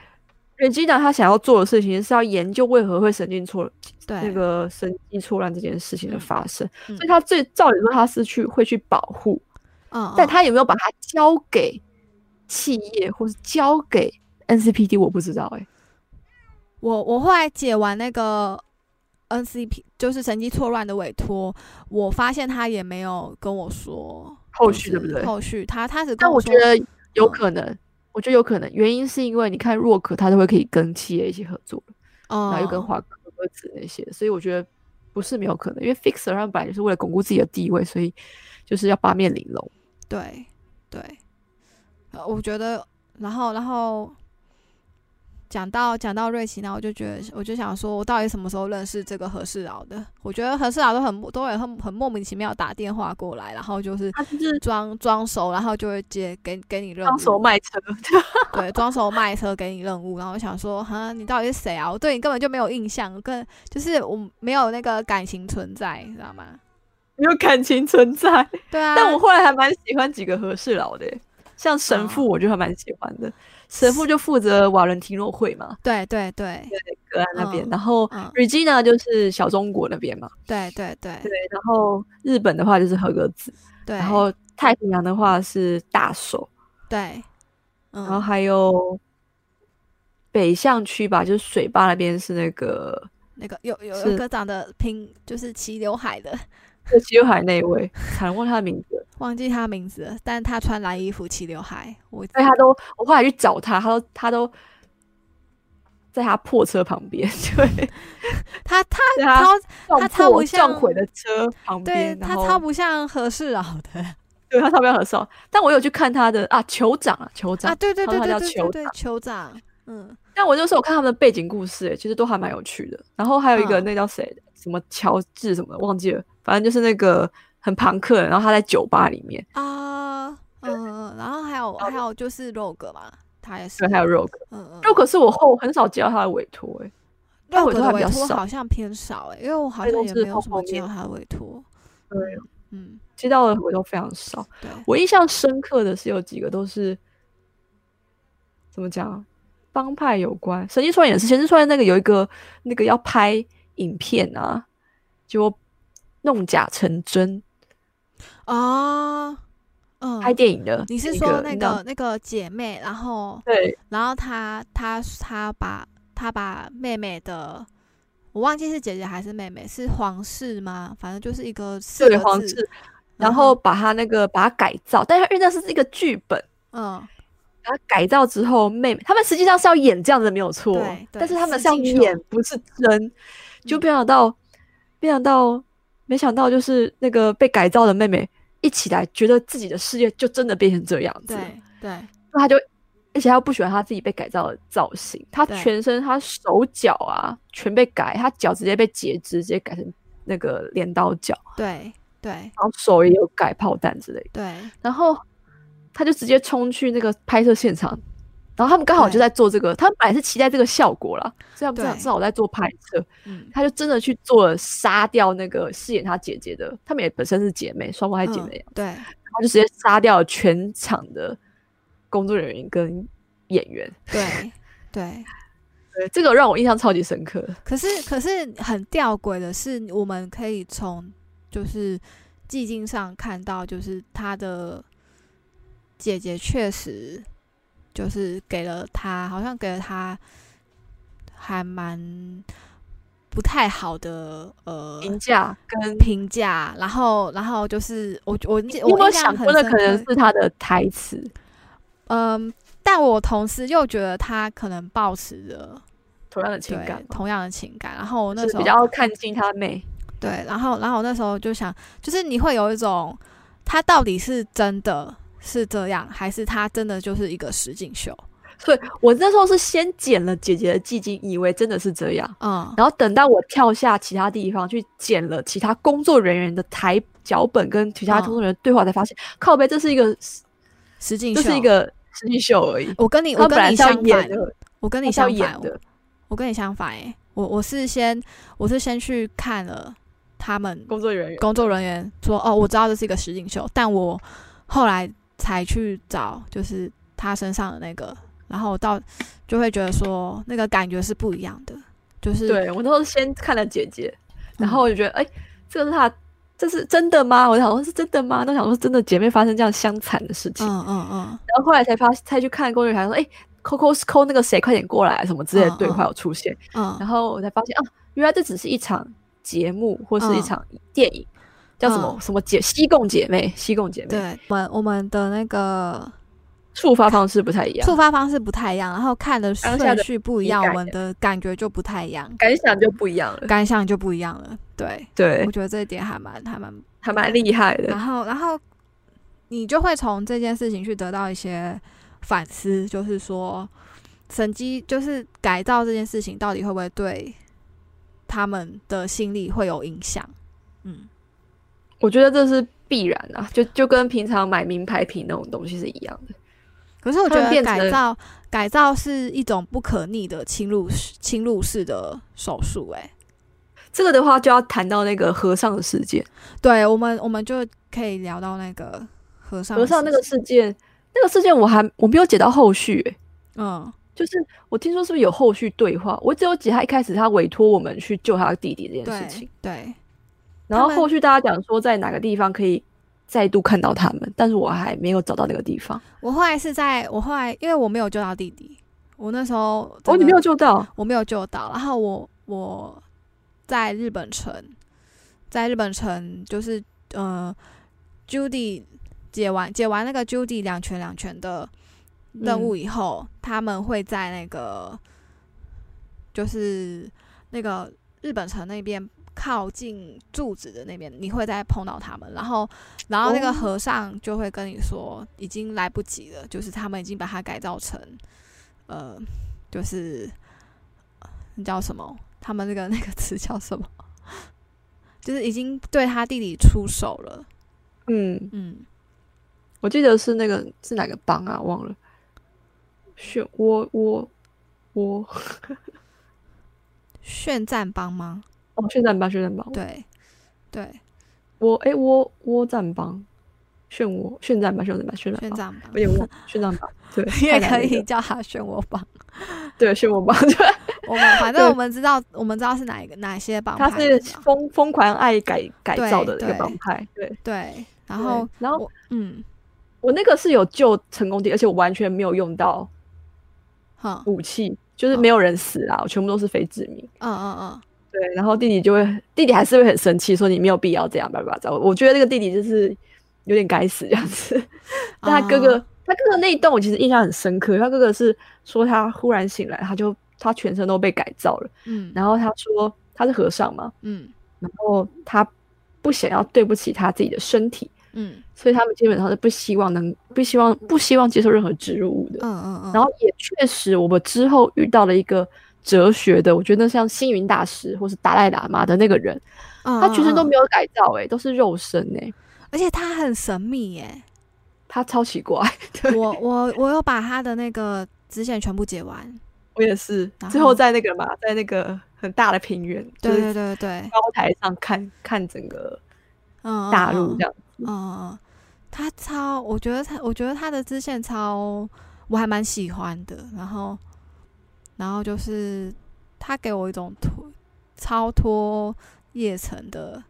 Speaker 3: 瑞基娜她想要做的事情是要研究为何会神经错
Speaker 1: 对
Speaker 3: 那个神经错乱这件事情的发生，
Speaker 1: 嗯
Speaker 3: 所以她最照理说她是去会去保护，
Speaker 1: 嗯，
Speaker 3: 但
Speaker 1: 嗯
Speaker 3: 她有没有把它交给企业或是交给 NCPD 我不知道哎、
Speaker 1: 我我后来解完那个 NCP，就是神经错乱的委托，我发现他也没有跟我说
Speaker 3: 后
Speaker 1: 就
Speaker 3: 续对不
Speaker 1: 是
Speaker 3: 对？
Speaker 1: 后续他他只跟
Speaker 3: 但我
Speaker 1: 说
Speaker 3: 觉得有
Speaker 1: 嗯
Speaker 3: 可能，我觉得有可能，原因是因为你看洛克他都会可以跟企业一起合作，然后又跟
Speaker 1: 嗯
Speaker 3: 华格子那些，所以我觉得不是没有可能，因为 Fixer 他们本来就是为了巩固自己的地位，所以就是要八面玲珑。
Speaker 1: 对对，呃，我觉得，然后然后讲到讲到瑞奇呢，我就觉得我就想说，我到底什么时候认识这个何世尧的？我觉得何世尧都很都会很很莫名其妙打电话过来，然后就是
Speaker 3: 他就是
Speaker 1: 装装熟，然后就会接给给你任务
Speaker 3: 双，手卖车，
Speaker 1: 对，装熟卖车给你任务，然后我想说，哈，你到底是谁啊？我对你根本就没有印象，我更就是我没有那个感情存在，你知道吗？
Speaker 3: 没有感情存在。
Speaker 1: 对啊，
Speaker 3: 但我后来还蛮喜欢几个和事佬的耶，像
Speaker 1: 哦
Speaker 3: 神父，我就还蛮喜欢的。神父就负责瓦伦提诺会嘛，
Speaker 1: 对对对，
Speaker 3: 格兰那边，
Speaker 1: 嗯
Speaker 3: 然后
Speaker 1: 嗯，
Speaker 3: Regina 就是小中国那边嘛，
Speaker 1: 对对对
Speaker 3: 对，然后日本的话就是和格子，
Speaker 1: 对，
Speaker 3: 然后太平洋的话是大手，
Speaker 1: 对，嗯，
Speaker 3: 然后还有北向区吧，就是水坝那边是那个
Speaker 1: 那个有有
Speaker 3: 是
Speaker 1: 有个长得平就是齐刘海的，
Speaker 3: 就西海那一位， 惨了忘了他的名字了，
Speaker 1: 忘记他名字了，但他穿蓝
Speaker 3: 啊
Speaker 1: 衣服齐刘海，我
Speaker 3: 所以他都我后来去找他，他都他都在他破车旁边， 对，
Speaker 1: 他他
Speaker 3: 在他
Speaker 1: 超
Speaker 3: 撞
Speaker 1: 他超
Speaker 3: 破
Speaker 1: 不像
Speaker 3: 撞毁的车旁
Speaker 1: 对
Speaker 3: 边，
Speaker 1: 他
Speaker 3: 啊然后
Speaker 1: 超不像和事佬的
Speaker 3: 对他超标很少。但我有去看他的啊，酋长啊，酋长
Speaker 1: 啊，对对
Speaker 3: 他
Speaker 1: 对
Speaker 3: 说他
Speaker 1: 对
Speaker 3: 叫
Speaker 1: 对对
Speaker 3: 酋
Speaker 1: 对，酋长，嗯，
Speaker 3: 但我就是我看他们的背景故事、欸，其实都还蛮有趣的。然后还有一个
Speaker 1: 嗯
Speaker 3: 那叫谁，什么乔治什么的忘记了，反正就是那个很朋克的，然后他在酒吧里面，
Speaker 1: 啊，嗯，然后还有还有就是 Rogue 嘛，他也是
Speaker 3: 对，，还有 Rogue。
Speaker 1: 嗯嗯
Speaker 3: Rogue 是我后很少接到他的委托、欸，
Speaker 1: 肉
Speaker 3: 委
Speaker 1: 的
Speaker 3: 托还比
Speaker 1: 委
Speaker 3: 较
Speaker 1: 托
Speaker 3: 少
Speaker 1: 好像偏少哎、因为我好
Speaker 3: 对
Speaker 1: 像
Speaker 3: 都
Speaker 1: 也
Speaker 3: 是
Speaker 1: 没有
Speaker 3: 后
Speaker 1: 什么
Speaker 3: 后
Speaker 1: 接
Speaker 3: 面
Speaker 1: 到他的委托。
Speaker 3: 对，
Speaker 1: 嗯，
Speaker 3: 接到的委托非常少。
Speaker 1: 对，
Speaker 3: 我印象深刻的是有几个都是怎么讲啊，帮派有关。神经传也是，神经传那个有一个那个要拍影片啊，结果弄假成真
Speaker 1: 啊，嗯，
Speaker 3: 拍电影的、
Speaker 1: 你是说那
Speaker 3: 那叫
Speaker 1: 个那个姐妹，然后
Speaker 3: 对
Speaker 1: 然后她她她把她把妹妹的，我忘记是姐姐还是妹妹，是皇室吗？反正就是一个四
Speaker 3: 对
Speaker 1: 个
Speaker 3: 黄
Speaker 1: 字，
Speaker 3: 志，然后把他那个把它改造，但是因为那是一个剧本。
Speaker 1: 嗯，
Speaker 3: 把它改造之后，妹妹他们实际上是要演这样子，没有错
Speaker 1: 对。
Speaker 3: 但
Speaker 1: 对
Speaker 3: 是他们
Speaker 1: 试
Speaker 3: 是要
Speaker 1: 镜秀
Speaker 3: 演，不是真。就
Speaker 1: 嗯
Speaker 3: 没想到，没想到，没想到，就是那个被改造的妹妹一起来，觉得自己的世界就真的变成这样子。
Speaker 1: 对对，
Speaker 3: 那她就，而且她又不喜欢她自己被改造的造型，她
Speaker 1: 对
Speaker 3: 全身、她手脚啊全被改，她脚直接被截肢，直接改成那个镰刀脚，
Speaker 1: 对对
Speaker 3: 然后手也有改炮弹之类的。
Speaker 1: 对，
Speaker 3: 然后他就直接冲去那个拍摄现场，然后他们刚好就
Speaker 1: 对
Speaker 3: 在做这个，他们本来是期待这个效果啦，所以他们正好
Speaker 1: 对
Speaker 3: 正好在做拍摄，
Speaker 1: 嗯
Speaker 3: 他就真的去做了杀掉那个饰演他姐姐的，他们也本身是姐妹，双胞胎姐妹，
Speaker 1: 嗯对，
Speaker 3: 他就直接杀掉了全场的工作人员跟演员，
Speaker 1: 对对。
Speaker 3: 对，这个让我印象超级深刻。
Speaker 1: 可是，可是很吊诡的是，我们可以从就是寂静上看到，就是他的姐姐确实就是给了他，好像给了他还蛮不太好的呃
Speaker 3: 评价跟
Speaker 1: 评价。然后，然后就是我我记
Speaker 3: 你有没
Speaker 1: 我
Speaker 3: 有
Speaker 1: 印象
Speaker 3: 想
Speaker 1: 很
Speaker 3: 过，那
Speaker 1: 深
Speaker 3: 可
Speaker 1: 刻，
Speaker 3: 能是他的台词？
Speaker 1: 嗯，但我同时又觉得他可能抱持着
Speaker 3: 同样的情
Speaker 1: 对
Speaker 3: 感嘛，
Speaker 1: 同样的情感，然后我那
Speaker 3: 就
Speaker 1: 时
Speaker 3: 是
Speaker 1: 候
Speaker 3: 比较看清他妹，
Speaker 1: 对，然后然后我那时候就想，就是你会有一种，他到底是真的是这样，还是他真的就是一个实景秀？
Speaker 3: 对我那时候是先剪了姐姐的寂静，以为真的是这样，
Speaker 1: 嗯，
Speaker 3: 然后等到我跳下其他地方去剪了其他工作人员的台脚本跟其他
Speaker 1: 嗯
Speaker 3: 工作人员的对话，才发现、靠背这是一个
Speaker 1: 实景秀
Speaker 3: 这是一个实境秀而已。
Speaker 1: 我跟你
Speaker 3: 他
Speaker 1: 我跟
Speaker 3: 本来
Speaker 1: 你
Speaker 3: 是要
Speaker 1: 相
Speaker 3: 演
Speaker 1: 反，
Speaker 3: 的，
Speaker 1: 我跟
Speaker 3: 他
Speaker 1: 你
Speaker 3: 是要
Speaker 1: 相
Speaker 3: 演
Speaker 1: 反，哦我
Speaker 3: 的，
Speaker 1: 我跟你相反、欸，我我是先我是先去看了他们
Speaker 3: 工作人员
Speaker 1: 工作人员说，哦，我知道这是一个实景秀，但我后来才去找就是他身上的那个，然后我到就会觉得说那个感觉是不一样的，就是
Speaker 3: 对我那时候先看了姐姐，然
Speaker 1: 嗯
Speaker 3: 后我就觉得哎、这个是他。这是真的吗？我想说，是真的吗？那想说，真的姐妹发生这样相惨的事情，
Speaker 1: 嗯嗯嗯，
Speaker 3: 然后后来才发，才去看工作人员，还说，哎、扣扣扣那个谁，快点过来，啊什么之类的
Speaker 1: 嗯
Speaker 3: 对
Speaker 1: 嗯
Speaker 3: 话有出现。
Speaker 1: 嗯
Speaker 3: 然后我才发现啊，原来这只是一场节目或是一
Speaker 1: 嗯
Speaker 3: 场电影，叫什么、
Speaker 1: 嗯
Speaker 3: 什么姐西贡姐妹，西贡姐妹，
Speaker 1: 对，我们我们的那个
Speaker 3: 触发方式不太一样
Speaker 1: 触，发方式不太一样，然后看的
Speaker 3: 当下
Speaker 1: 顺
Speaker 3: 的
Speaker 1: 序不一
Speaker 3: 体
Speaker 1: 样，我
Speaker 3: 感
Speaker 1: 们的感觉就不太一样，
Speaker 3: 感想就不一样了。
Speaker 1: 感想就不一样了。对，嗯
Speaker 3: 对
Speaker 1: 我，觉得这一点还蛮还蛮。
Speaker 3: 还蛮厉害的
Speaker 1: 然。后然后你就会从这件事情去得到一些反思，就是说神机就是改造这件事情到底会不会对他们的心理会有影响？嗯，
Speaker 3: 我觉得这是必然啊，就就跟平常买名牌品那种东西是一样的。
Speaker 1: 可是我觉
Speaker 3: 他们
Speaker 1: 得
Speaker 3: 变
Speaker 1: 改
Speaker 3: 成
Speaker 1: 造改造是一种不可逆的侵入式侵入式的手术、欸，
Speaker 3: 这个的话就要谈到那个和尚的事件，
Speaker 1: 对我们我们就可以聊到那个和尚的
Speaker 3: 和尚那
Speaker 1: 事
Speaker 3: 个
Speaker 1: 情，
Speaker 3: 事件，那个事件我还我没有解到后续、欸
Speaker 1: 嗯
Speaker 3: 就是我听说是不是有后续对话？我只有解他一开始他委托我们去救他弟弟这件事情
Speaker 1: 对。对
Speaker 3: 然
Speaker 1: 他
Speaker 3: 后
Speaker 1: 们
Speaker 3: 后续大家讲说在哪个地方可以再度看到他们，但是我还没有找到那个地方。
Speaker 1: 我后来是在我后来因为我没有救到弟弟，我那时候真
Speaker 3: 哦，你
Speaker 1: 的
Speaker 3: 没有救到，
Speaker 1: 我没有救到，然后我我在日本城，在日本城就是呃，Judy 解完解完那个 Judy 两拳
Speaker 3: 嗯
Speaker 1: 两拳的任务以后，他们会在那个就是那个日本城那边靠近柱子的那边，你会再碰到他们。然后，然后那个
Speaker 3: 哦
Speaker 1: 和尚就会跟你说，已经来不及了，就是他们已经把它改造成，呃，就是呃那叫什么？他们那个那个词叫什么？ 就是已经对他弟弟出手了。
Speaker 3: 嗯，
Speaker 1: 嗯，
Speaker 3: 我记得是那个是哪个帮啊？忘了。漩涡涡涡
Speaker 1: 炫战帮吗？
Speaker 3: 哦，旋转帮，旋转帮，
Speaker 1: 对，对，
Speaker 3: 我哎涡涡战帮，漩涡旋转帮，旋转帮，
Speaker 1: 炫
Speaker 3: 旋转帮，
Speaker 1: 战帮
Speaker 3: 哎我。有点 忘旋转帮，对，
Speaker 1: 也
Speaker 3: 太难
Speaker 1: 可
Speaker 3: 念
Speaker 1: 以
Speaker 3: 了
Speaker 1: 叫他漩涡帮，
Speaker 3: 对漩涡帮，对，
Speaker 1: 我们反正
Speaker 3: 对
Speaker 1: 我们知道，我们知道是哪一个哪些帮
Speaker 3: 他
Speaker 1: 派
Speaker 3: 是
Speaker 1: 的嘛
Speaker 3: 疯疯狂爱改改造
Speaker 1: 对
Speaker 3: 的一个
Speaker 1: 对
Speaker 3: 帮派，对。
Speaker 1: 对，然
Speaker 3: 对
Speaker 1: 后
Speaker 3: 然后
Speaker 1: 我嗯，
Speaker 3: 我那个是有救成功的，而且我完全没有用到
Speaker 1: 好，嗯
Speaker 3: 武器，就是没有人死啊，我全部都是非致命。
Speaker 1: 嗯嗯，
Speaker 3: 对，然后弟弟就会，弟弟还是会很生气，说你没有必要这样，叭叭叭。我觉得那个弟弟就是有点该死这样子。但他哥哥，他哥哥那一段我其实印象很深刻，他哥哥是说他忽然醒来，他就他全身都被改造了，
Speaker 1: 嗯，
Speaker 3: 然后他说他是和尚嘛，
Speaker 1: 嗯
Speaker 3: 然后他不想要对不起他自己的身体，
Speaker 1: 嗯
Speaker 3: 所以他们基本上是不希望能不希望不希望接受任何植入物的
Speaker 1: 嗯。嗯嗯，
Speaker 3: 然后也确实，我们之后遇到了一个哲学的，我觉得像星云大师或是达赖喇嘛的那个人，
Speaker 1: 嗯
Speaker 3: 他全身都，
Speaker 1: 嗯
Speaker 3: 没有改造、欸，都是肉身哎、
Speaker 1: 嗯而且他很神秘耶，
Speaker 3: 他超奇怪。 对
Speaker 1: 我我我有把他的那个支线全部解完，
Speaker 3: 我也 是
Speaker 1: 然，
Speaker 3: 最
Speaker 1: 后
Speaker 3: 后在那个嘛，在那个很大的平原，
Speaker 1: 对
Speaker 3: 就是
Speaker 1: 对对对，
Speaker 3: 高台上看看整个
Speaker 1: 嗯，嗯
Speaker 3: 大陆这，样。
Speaker 1: 嗯嗯嗯嗯，他超，我觉得他，我觉得他的支线超，我还蛮喜欢的，然后然后就是他给我一种脱超脱夜城的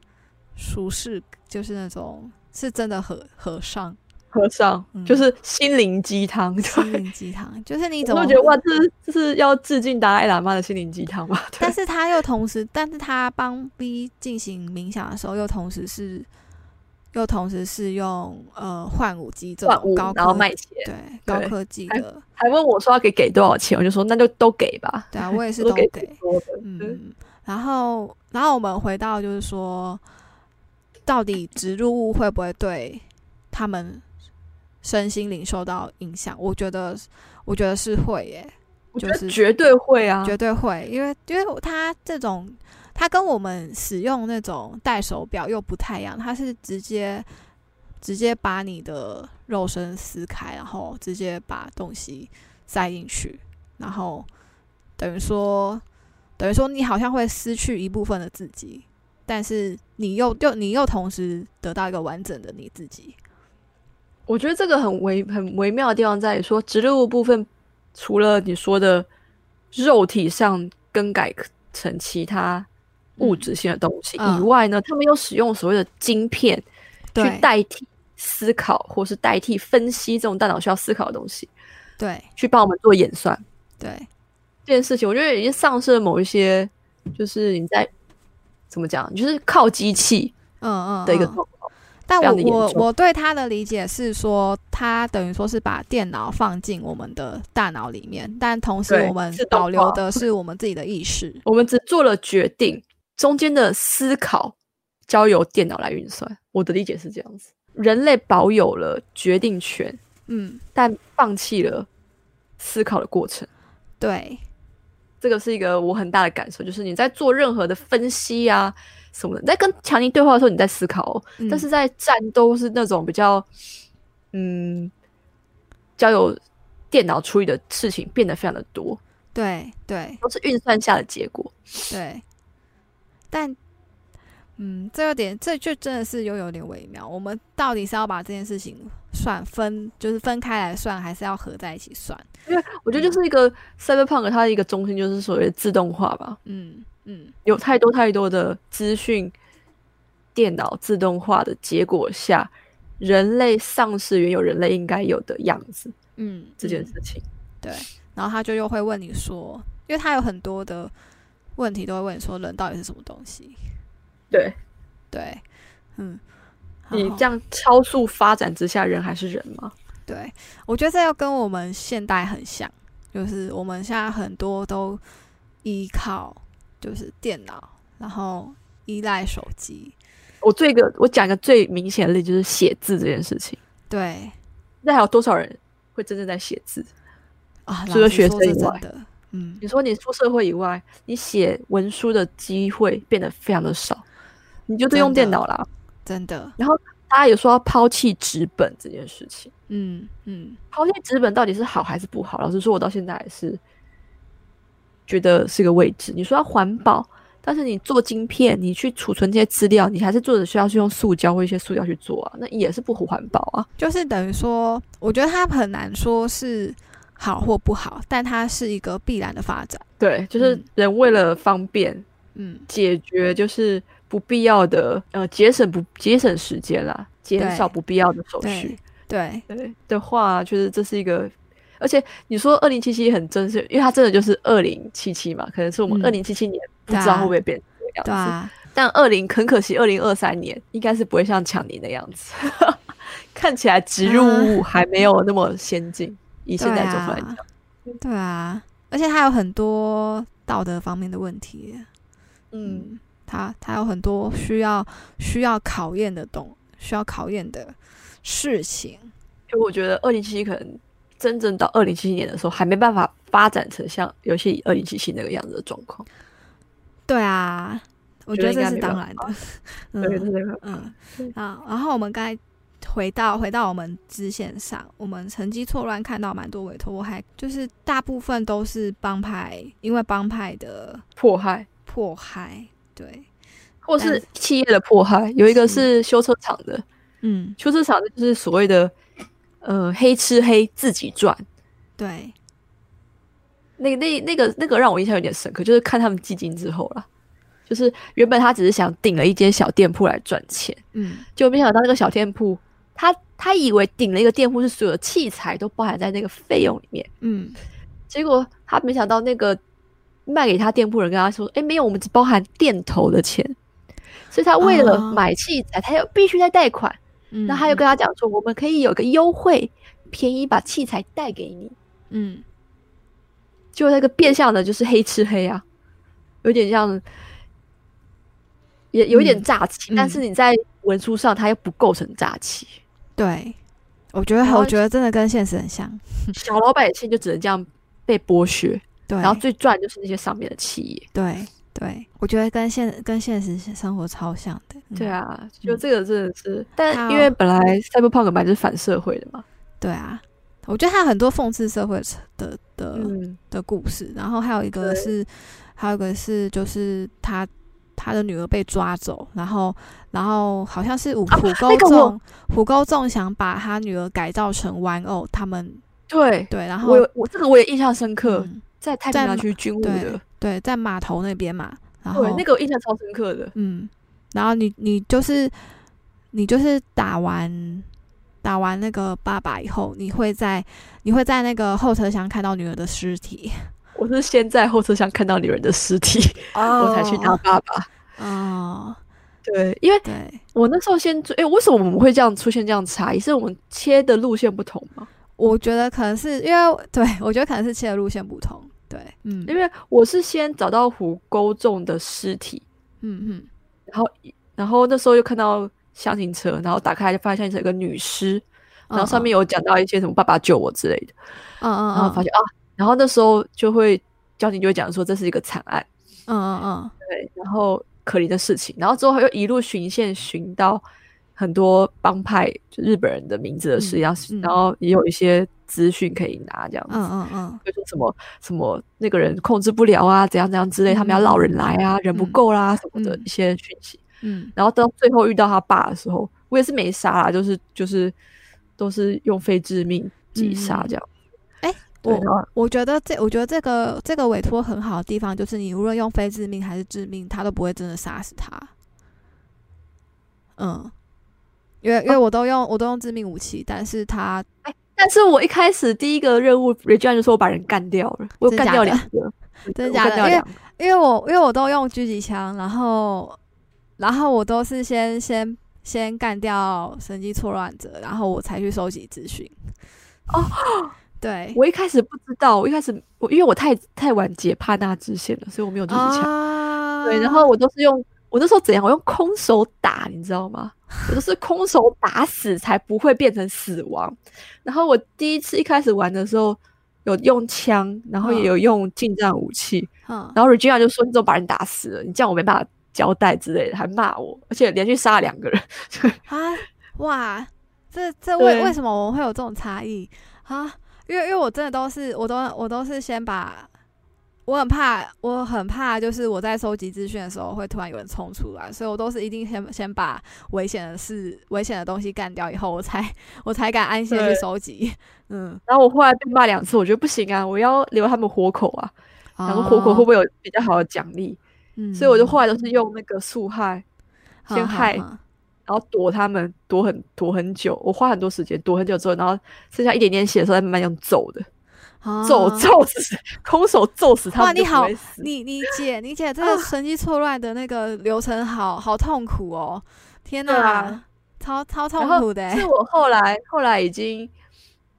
Speaker 1: 舒适，就是那种是真的和和尚。
Speaker 3: 和尚、
Speaker 1: 嗯
Speaker 3: 就是心灵鸡汤，
Speaker 1: 心
Speaker 3: 对，
Speaker 1: 灵鸡汤，就是你
Speaker 3: 我
Speaker 1: 怎么
Speaker 3: 都
Speaker 1: 会
Speaker 3: 觉得哇，这是这是要致敬达赖喇嘛的心灵鸡汤嘛？ 对
Speaker 1: 但是他又同时，但是他帮 B 进行冥想的时候，又同时是，又同时是用呃幻舞机这
Speaker 3: 万
Speaker 1: 种
Speaker 3: 物
Speaker 1: 高，
Speaker 3: 然后
Speaker 1: 科
Speaker 3: 卖钱，
Speaker 1: 对高
Speaker 3: 对
Speaker 1: 科技
Speaker 3: 还
Speaker 1: 的，
Speaker 3: 还问我说要给给多少钱，我就说那就都给吧，
Speaker 1: 对啊，我也是
Speaker 3: 都
Speaker 1: 都
Speaker 3: 给挺
Speaker 1: 给，
Speaker 3: 多的，对
Speaker 1: 嗯，然后然后我们回到就是说，到底植入物会不会对他们身心灵受到影响？我觉得，我觉得是会耶、
Speaker 3: 我觉
Speaker 1: 就是
Speaker 3: 得绝对会啊，
Speaker 1: 绝对会，因为因为它这种，它跟我们使用那种戴手表又不太一样，它是直接直接把你的肉身撕开，然后直接把东西塞进去，然后等于说等于说你好像会失去一部分的自己，但是你又又你又同时得到一个完整的你自己。
Speaker 3: 我觉得这个很微很微妙的地方在于说，植入物部分除了你说的肉体上更改成其他物质性的东西
Speaker 1: 嗯
Speaker 3: 以外呢，他们又使用所谓的晶片去
Speaker 1: 对
Speaker 3: 代替思考，或是代替分析这种大脑需要思考的东西，
Speaker 1: 对
Speaker 3: 去帮我们做演算。
Speaker 1: 对，
Speaker 3: 这件事情，我觉得已经丧失了某一些，就是你在怎么讲，就是靠机器
Speaker 1: 嗯嗯
Speaker 3: 的一个
Speaker 1: 嗯
Speaker 3: 状况。
Speaker 1: 但
Speaker 3: 非
Speaker 1: 我
Speaker 3: 常的严
Speaker 1: 我
Speaker 3: 重
Speaker 1: 我对他的理解是说，他等于说是把电脑放进我们的大脑里面，但同时
Speaker 3: 对
Speaker 1: 我们
Speaker 3: 自动
Speaker 1: 保留
Speaker 3: 化
Speaker 1: 的是我们自己的意识。
Speaker 3: 我们只做了决定，中间的思考交由电脑来运算。我的理解是这样子：人类保有了决定权，
Speaker 1: 嗯，
Speaker 3: 但放弃了思考的过程。
Speaker 1: 对，
Speaker 3: 这个是一个我很大的感受，就是你在做任何的分析啊什么的，你在跟强尼对话的时候你在思考哦、
Speaker 1: 嗯
Speaker 3: 但是在战斗是那种比较，嗯，交由电脑处理的事情变得非常的多，
Speaker 1: 对对
Speaker 3: 都是运算下的结果。
Speaker 1: 对，但嗯，这有点，这就真的是又有点微妙。我们到底是要把这件事情算分，就是分开来算，还是要合在一起算？
Speaker 3: 我觉
Speaker 1: 嗯
Speaker 3: 得就是一个 cyberpunk 它的一个中心就是所谓的自动化吧，
Speaker 1: 嗯嗯
Speaker 3: 有太多太多的资讯，电脑自动化的结果下，人类丧失原有人类应该有的样子
Speaker 1: 嗯，
Speaker 3: 这件
Speaker 1: 嗯
Speaker 3: 事情。
Speaker 1: 然后他就又会问你说，因为他有很多的问题都会问你说，人到底是什么东西？
Speaker 3: 对
Speaker 1: 对，嗯，
Speaker 3: 你
Speaker 1: 然后
Speaker 3: 这样超速发展之下，人还是人吗？
Speaker 1: 对，我觉得这要跟我们现代很像，就是我们现在很多都依靠就是电脑，然后依赖手机。
Speaker 3: 我最一个，我讲一个最明显的例子就是写字这件事情。
Speaker 1: 对
Speaker 3: 那还有多少人会真正在写字？
Speaker 1: 啊，
Speaker 3: 除了
Speaker 1: 老实
Speaker 3: 学
Speaker 1: 说
Speaker 3: 生
Speaker 1: 是
Speaker 3: 以
Speaker 1: 真
Speaker 3: 外
Speaker 1: 的，嗯，
Speaker 3: 你说你出社会以外，你写文书的机会变得非常的少，你就
Speaker 1: 真
Speaker 3: 是用电
Speaker 1: 的
Speaker 3: 脑啦。
Speaker 1: 真的，
Speaker 3: 大家也说要抛弃纸本这件事情，
Speaker 1: 嗯嗯，
Speaker 3: 抛弃纸本到底是好还是不好？老实说，我到现在还是觉得是个未知。你说要环保，但是你做晶片，你去储存这些资料，你还是做的需要去用塑胶或一些塑胶去做啊，那也是不环保啊。
Speaker 1: 就是等于说，我觉得它很难说是好或不好，但它是一个必然的发展。
Speaker 3: 对，就是
Speaker 1: 嗯
Speaker 3: 人为了方便，
Speaker 1: 嗯，
Speaker 3: 解决就是不必要的呃节省不节省时间啦，减
Speaker 1: 对
Speaker 3: 少不必要的手续
Speaker 1: 对。对，
Speaker 3: 对的话，就是这是一个，而且你说二零七七很真实，因为它真的就是二零七七嘛，可能是我们
Speaker 1: 嗯
Speaker 3: 二零七七年不
Speaker 1: 对
Speaker 3: 知道
Speaker 1: 啊
Speaker 3: 会不会变成这个样子，
Speaker 1: 对啊，
Speaker 3: 但二零很可惜，二零二三年应该是不会像强尼那样子， 看起来植入物还没有那么先进， 以现
Speaker 1: 对
Speaker 3: 在做出来讲
Speaker 1: 啊，对啊，而且它有很多道德方面的问题。
Speaker 3: 嗯。
Speaker 1: 嗯，它它有很多需要需要考验的东，需要考验的事情。
Speaker 3: 就我觉得二零七七可能真正到二零七七年的时候，还没办法发展成像游戏二零七七那个样子的状况。
Speaker 1: 对啊，我觉
Speaker 3: 觉得
Speaker 1: 得
Speaker 3: 应
Speaker 1: 这
Speaker 3: 该
Speaker 1: 是
Speaker 3: 没
Speaker 1: 当
Speaker 3: 办
Speaker 1: 然的。
Speaker 3: 对，
Speaker 1: 嗯
Speaker 3: 对对，
Speaker 1: 嗯
Speaker 3: 对
Speaker 1: 啊，然后我们刚才回到回到我们支线上，我们成绩错乱看到蛮多委托我还就是大部分都是帮派，因为帮派的
Speaker 3: 迫害
Speaker 1: 迫害，对，
Speaker 3: 或是
Speaker 1: 但
Speaker 3: 企业的迫害，有一个
Speaker 1: 是
Speaker 3: 是修车厂的，
Speaker 1: 嗯，
Speaker 3: 修车厂就是所谓的呃黑吃黑自己赚。
Speaker 1: 对，
Speaker 3: 那个那那个那个让我印象有点深刻，就是看他们基金之后啦，就是原本他只是想顶了一间小店铺来赚钱，
Speaker 1: 嗯，
Speaker 3: 就没想到那个小店铺，他他以为顶了一个店铺是所有的器材都包含在那个费用里面。
Speaker 1: 嗯，
Speaker 3: 结果他没想到那个卖给他店铺人跟他说：“哎，没有，我们只包含店头的钱。”所以他为了
Speaker 1: 哦
Speaker 3: 买器材，他又必须再贷款。
Speaker 1: 嗯，
Speaker 3: 那、他又跟他讲说：“我们可以有个优惠，便宜把器材带给你。
Speaker 1: 嗯，”
Speaker 3: 就那个变相的就是黑吃黑啊，有点像，也有一点
Speaker 1: 嗯
Speaker 3: 诈欺，但是
Speaker 1: 嗯
Speaker 3: 你在文书上他又不构成诈欺，
Speaker 1: 对，我觉得
Speaker 3: 然
Speaker 1: 我
Speaker 3: 后
Speaker 1: 觉得真的跟现实很像，
Speaker 3: 小老百姓就只能这样被剥削，
Speaker 1: 嗯对，
Speaker 3: 然后最赚就是那些上面的企业。
Speaker 1: 对对，我觉得跟现跟现实生活超像的，嗯
Speaker 3: 对啊，就
Speaker 1: 嗯
Speaker 3: 这个真的是，但
Speaker 1: 好
Speaker 3: 因为本来 Cyberpunk 本来就是反社会的嘛，
Speaker 1: 对啊，我觉得他有很多讽刺社会的的。
Speaker 3: 嗯，
Speaker 1: 的故事，然后还有一个
Speaker 3: 对
Speaker 1: 是，还有一个是就是他他的女儿被抓走，然后然后好像是虎虎沟
Speaker 3: 哦那个我
Speaker 1: 众虎沟众想把他女儿改造成玩偶，他们
Speaker 3: 对，
Speaker 1: 对，然后
Speaker 3: 我有我这个我也印象深刻，
Speaker 1: 嗯
Speaker 3: 在太
Speaker 1: 在
Speaker 3: 平洋
Speaker 1: 马
Speaker 3: 区军务
Speaker 1: 对
Speaker 3: 的，
Speaker 1: 对在码头那边嘛，然后
Speaker 3: 对，那个我印象超深刻的，
Speaker 1: 嗯，然后你你就是你就是打完打完那个爸爸以后，你会在你会在那个后车厢看到女儿的尸 体，
Speaker 3: 我是先在后车厢看到女人的尸体， 我才去打爸爸。
Speaker 1: 哦，
Speaker 3: 哦对，因为
Speaker 1: 对。
Speaker 3: 我那时候先追，哎，为什么我们会这样出现这样差异？是我们切的路线不同吗？
Speaker 1: 我觉得可能是因为对我觉得可能是切的路线不同，对，嗯，
Speaker 3: 因为我是先找到虎沟中的尸体，
Speaker 1: 嗯嗯
Speaker 3: 然后然后那时候又看到箱型车，然后打开就发现箱型车有个女尸，然后上面有讲到一些什么“爸爸救我”之类的，
Speaker 1: 嗯嗯，
Speaker 3: 然后发现啊，然后那时候就会交警就会讲说这是一个惨案，
Speaker 1: 嗯嗯嗯
Speaker 3: 对，然后可怜的事情，然后之后又一路循线寻到很多帮派就日本人的名字的事，
Speaker 1: 嗯
Speaker 3: 然后
Speaker 1: 嗯
Speaker 3: 然后也有一些资讯可以拿这样子。
Speaker 1: 嗯嗯嗯，
Speaker 3: 就说什么什么那个人控制不了啊，怎样怎样之类，他们要捞人来啊，人不
Speaker 1: 嗯
Speaker 3: 够啦、什么的
Speaker 1: 嗯
Speaker 3: 一些讯息。
Speaker 1: 嗯
Speaker 3: 然后到最后遇到他爸的时候，我也是没杀啦，就是就是都是用非致命击杀这样。
Speaker 1: 嗯嗯诶
Speaker 3: 对
Speaker 1: 我
Speaker 3: 然后
Speaker 1: 我觉得这我觉得这个这个委托很好的地方就是你无论用非致命还是致命，他都不会真的杀死他，嗯，因为因
Speaker 3: 哦
Speaker 1: 为我都用我都用致命武器，但是他
Speaker 3: 但是我一开始第一个任务 r e g i n 就说我把人干掉了，我有
Speaker 1: 真的
Speaker 3: 干
Speaker 1: 假
Speaker 3: 掉
Speaker 1: 的
Speaker 3: 两 个，
Speaker 1: 真的
Speaker 3: 我
Speaker 1: 假
Speaker 3: 干
Speaker 1: 的因
Speaker 3: 掉
Speaker 1: 为
Speaker 3: 两个
Speaker 1: 因为我因为我都用狙击枪，然后然后我都是先先先干掉神经错乱者，然后我才去收集资讯。
Speaker 3: 哦，
Speaker 1: 对，
Speaker 3: 我一开始不知道，我一开始我因为我太太晚解帕纳支线了，所以我没有就是抢。
Speaker 1: 啊
Speaker 3: 对，然后我都是用我那时候怎样，我用空手打，你知道吗？我都是空手打死才不会变成死亡。然后我第一次一开始玩的时候，有用枪，然后也有用近战武器。
Speaker 1: 嗯，
Speaker 3: 然后 Regina 就说：“你怎么把人打死了？你这样我没办法交代之类的，还骂我，而且连续杀了两个人。
Speaker 1: 啊，哇，这这为
Speaker 3: 对
Speaker 1: 为什么我们会有这种差异啊？因为因为我真的都是我都我都是先把，我很怕我很怕就是我在收集资讯的时候会突然有人冲出来，所以我都是一定先先把危险的事危险的东西干掉以后，我才我才敢安心地
Speaker 3: 对
Speaker 1: 去收集。嗯，
Speaker 3: 然后我后来被骂两次，我觉得不行啊，我要留他们活口啊。然后活口会
Speaker 1: 会？
Speaker 3: 不会有比较好的奖励？
Speaker 1: 哦嗯
Speaker 3: 所以我就后来都是用那个速害，
Speaker 1: 好
Speaker 3: 先
Speaker 1: 好
Speaker 3: 害
Speaker 1: 好
Speaker 3: 然后躲他们，躲很躲很久，我花很多时间躲很久之后，然后剩下一点点血的时候再慢慢用揍的，
Speaker 1: 啊
Speaker 3: 揍揍死， 空手揍死他
Speaker 1: 哇，
Speaker 3: 们就
Speaker 1: 你
Speaker 3: 不
Speaker 1: 好
Speaker 3: 会死。，
Speaker 1: 你你姐，你姐这
Speaker 3: 啊
Speaker 1: 个神经错乱的那个流程好，好痛苦哦！天
Speaker 3: 对
Speaker 1: 哪，
Speaker 3: 啊
Speaker 1: 超超
Speaker 3: 然
Speaker 1: 痛
Speaker 3: 后
Speaker 1: 苦的欸
Speaker 3: 是我后来后来已经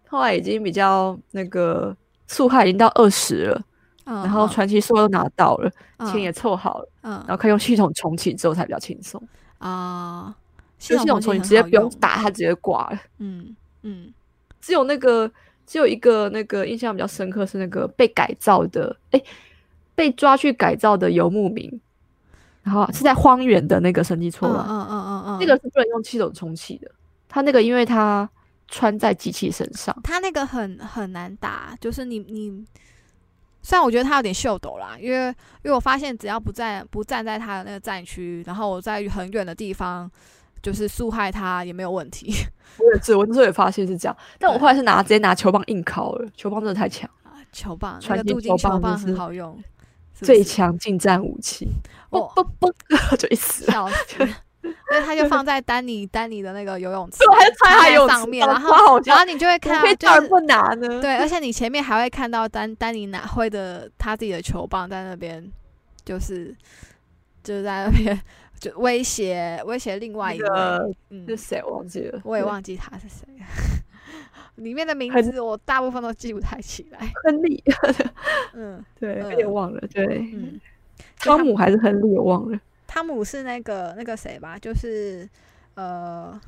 Speaker 3: 后来已经比较那个速害已经到二十了，
Speaker 1: 嗯，
Speaker 3: 然后
Speaker 1: 嗯
Speaker 3: 传奇速害都拿到了，钱
Speaker 1: 嗯
Speaker 3: 也凑好了，
Speaker 1: 嗯
Speaker 3: 然后可以用系统重启之后才比较轻松。
Speaker 1: 啊，系
Speaker 3: 就系统
Speaker 1: 重
Speaker 3: 重
Speaker 1: 启很
Speaker 3: 启直接
Speaker 1: 好
Speaker 3: 不用
Speaker 1: 用，
Speaker 3: 打，它直接挂了。
Speaker 1: 嗯嗯，
Speaker 3: 只有那个只有一个那个印象比较深刻是那个被改造的，哎、被抓去改造的游牧民，然后是在荒原的那个神机错
Speaker 1: 嗯
Speaker 3: 乱，
Speaker 1: 嗯嗯嗯嗯，
Speaker 3: 那个是不能用系统重启的，他那个因为他穿在机器身上，
Speaker 1: 他那个很很难打，就是你你，虽然我觉得他有点秀抖啦，因为因为我发现只要不站不站在他的那个战区，然后我在很远的地方就是速害他也没有问题。
Speaker 3: 我也是，我那时候也发现是这样，但我
Speaker 1: 对
Speaker 3: 后来是拿直接拿球棒硬敲了，球棒真的太强，
Speaker 1: 啊球棒，那
Speaker 3: 传
Speaker 1: 个
Speaker 3: 奇
Speaker 1: 镀金
Speaker 3: 球
Speaker 1: 球
Speaker 3: 棒
Speaker 1: 棒
Speaker 3: 就
Speaker 1: 很
Speaker 3: 是
Speaker 1: 好用，是不
Speaker 3: 最
Speaker 1: 是
Speaker 3: 强近战武器，嘣
Speaker 1: 哦
Speaker 3: 嘣嘣 就一死了。
Speaker 1: 笑死。 所以他就放在丹尼丹尼的那个游泳池，
Speaker 3: 对，我还
Speaker 1: 插
Speaker 3: 猜还
Speaker 1: 在
Speaker 3: 有
Speaker 1: 上面，然后
Speaker 3: 哇好笑
Speaker 1: 然后你就会
Speaker 3: 怎么
Speaker 1: 看
Speaker 3: 可以
Speaker 1: 到，
Speaker 3: 叫
Speaker 1: 就
Speaker 3: 人
Speaker 1: 是
Speaker 3: 不拿呢？
Speaker 1: 对，而且你前面还会看到丹丹尼拿挥的他自己的球棒在那边，就是就是在那边就威胁威胁另外
Speaker 3: 那
Speaker 1: 一位，
Speaker 3: 个
Speaker 1: 嗯
Speaker 3: 是，谁我忘记了，
Speaker 1: 我也
Speaker 3: 对
Speaker 1: 忘记他是谁 了，里面的名
Speaker 3: 很
Speaker 1: 字我大部分都记不太起来，
Speaker 3: 亨利，
Speaker 1: 嗯
Speaker 3: 对，
Speaker 1: 嗯
Speaker 3: 有点忘了，对，
Speaker 1: 嗯。
Speaker 3: 汤姆还是亨利，我忘了，
Speaker 1: 汤姆是那个那个谁吧，就是呃，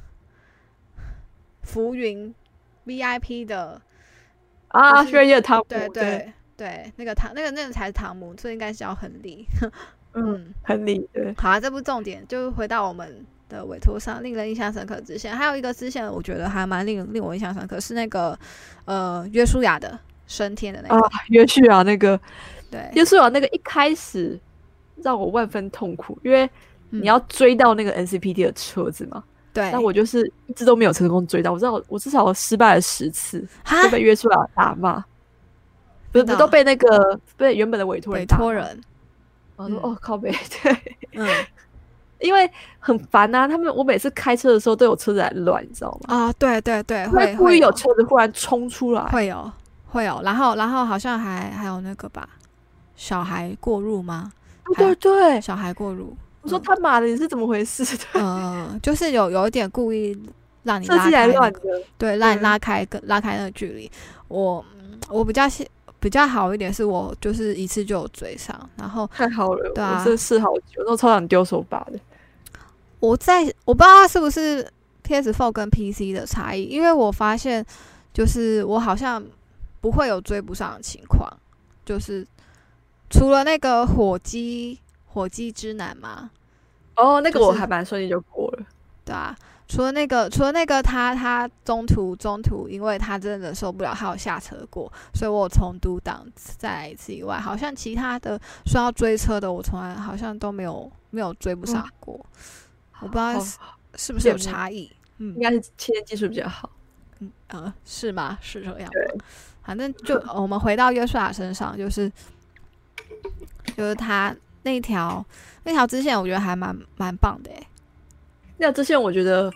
Speaker 1: 浮云 VIP 的，
Speaker 3: 啊，
Speaker 1: 哦就是
Speaker 3: 薛岳汤姆，
Speaker 1: 对
Speaker 3: 对，
Speaker 1: 对对，那个汤那个那个才是汤姆，这应该是叫亨利。
Speaker 3: 嗯，
Speaker 1: 嗯，
Speaker 3: 亨利，对，
Speaker 1: 好啊，这不重点，就是回到我们的委托上，令人印象深刻的支线，还有一个支线我觉得还蛮令令我印象深刻，是那个呃约书亚的升天的那个，
Speaker 3: 啊，约旭啊，那个
Speaker 1: 对，
Speaker 3: 约旭啊，那个一开始让我万分痛苦，因为
Speaker 1: 嗯
Speaker 3: 你要追到那个 NCPD 的车子嘛，
Speaker 1: 对，
Speaker 3: 但我就是一直都没有成功追到，我知道我至少失败了十次，
Speaker 1: 哈
Speaker 3: 就被约出来打骂，不是
Speaker 1: 啊真的
Speaker 3: 不
Speaker 1: 哦
Speaker 3: 都被那个被原本的委托
Speaker 1: 委
Speaker 3: 人打骂
Speaker 1: 托，人，
Speaker 3: 然后说
Speaker 1: 嗯
Speaker 3: 哦靠北， 对，
Speaker 1: 嗯
Speaker 3: 因为很烦啊，他们我每次开车的时候都有车子来乱，你知道吗？
Speaker 1: 啊，对对对，
Speaker 3: 会
Speaker 1: 会
Speaker 3: 故
Speaker 1: 会哦
Speaker 3: 意有车子忽然冲出来，
Speaker 1: 会有会有，然后然后好像还还有那个吧，小孩过路吗？
Speaker 3: 对对对，
Speaker 1: 小孩过路，
Speaker 3: 我说
Speaker 1: 嗯
Speaker 3: 他妈的，你是怎么回事？
Speaker 1: 呃， 就是有有一点故意让你
Speaker 3: 车
Speaker 1: 拉
Speaker 3: 子
Speaker 1: 开
Speaker 3: 来
Speaker 1: 那
Speaker 3: 乱
Speaker 1: 个
Speaker 3: 的，
Speaker 1: 对，让你
Speaker 3: 嗯
Speaker 1: 拉开跟拉开那个距离。我嗯我比较喜比较好一点，是我就是一次就有追上，然后
Speaker 3: 太好了，
Speaker 1: 对啊
Speaker 3: 我真的试好久，那超想丢手把的。
Speaker 1: 我在我不知道是不是 PS4 跟 PC 的差异，因为我发现就是我好像不会有追不上的情况，就是除了那个火鸡火鸡之男嘛，
Speaker 3: 哦，那
Speaker 1: 就
Speaker 3: 个
Speaker 1: 是
Speaker 3: 我还蛮顺利就过了，
Speaker 1: 对啊，除了那个除了那个他他中途中途，因为他真的受不了，他有下车过，所以我有重读档再来一次以外，好像其他的说要追车的，我从来好像都没有没有追不上过，我不知道
Speaker 3: 好
Speaker 1: 是是不是有
Speaker 3: 羡慕
Speaker 1: 差异。嗯
Speaker 3: 哦应该是切技术比较好。
Speaker 1: 嗯呃，是吗？是这样吗
Speaker 3: 对
Speaker 1: 反正就呃我们回到约书亚身上，就是就是他那条那条支线，我觉得还蛮蛮棒的诶，欸
Speaker 3: 那这些我觉得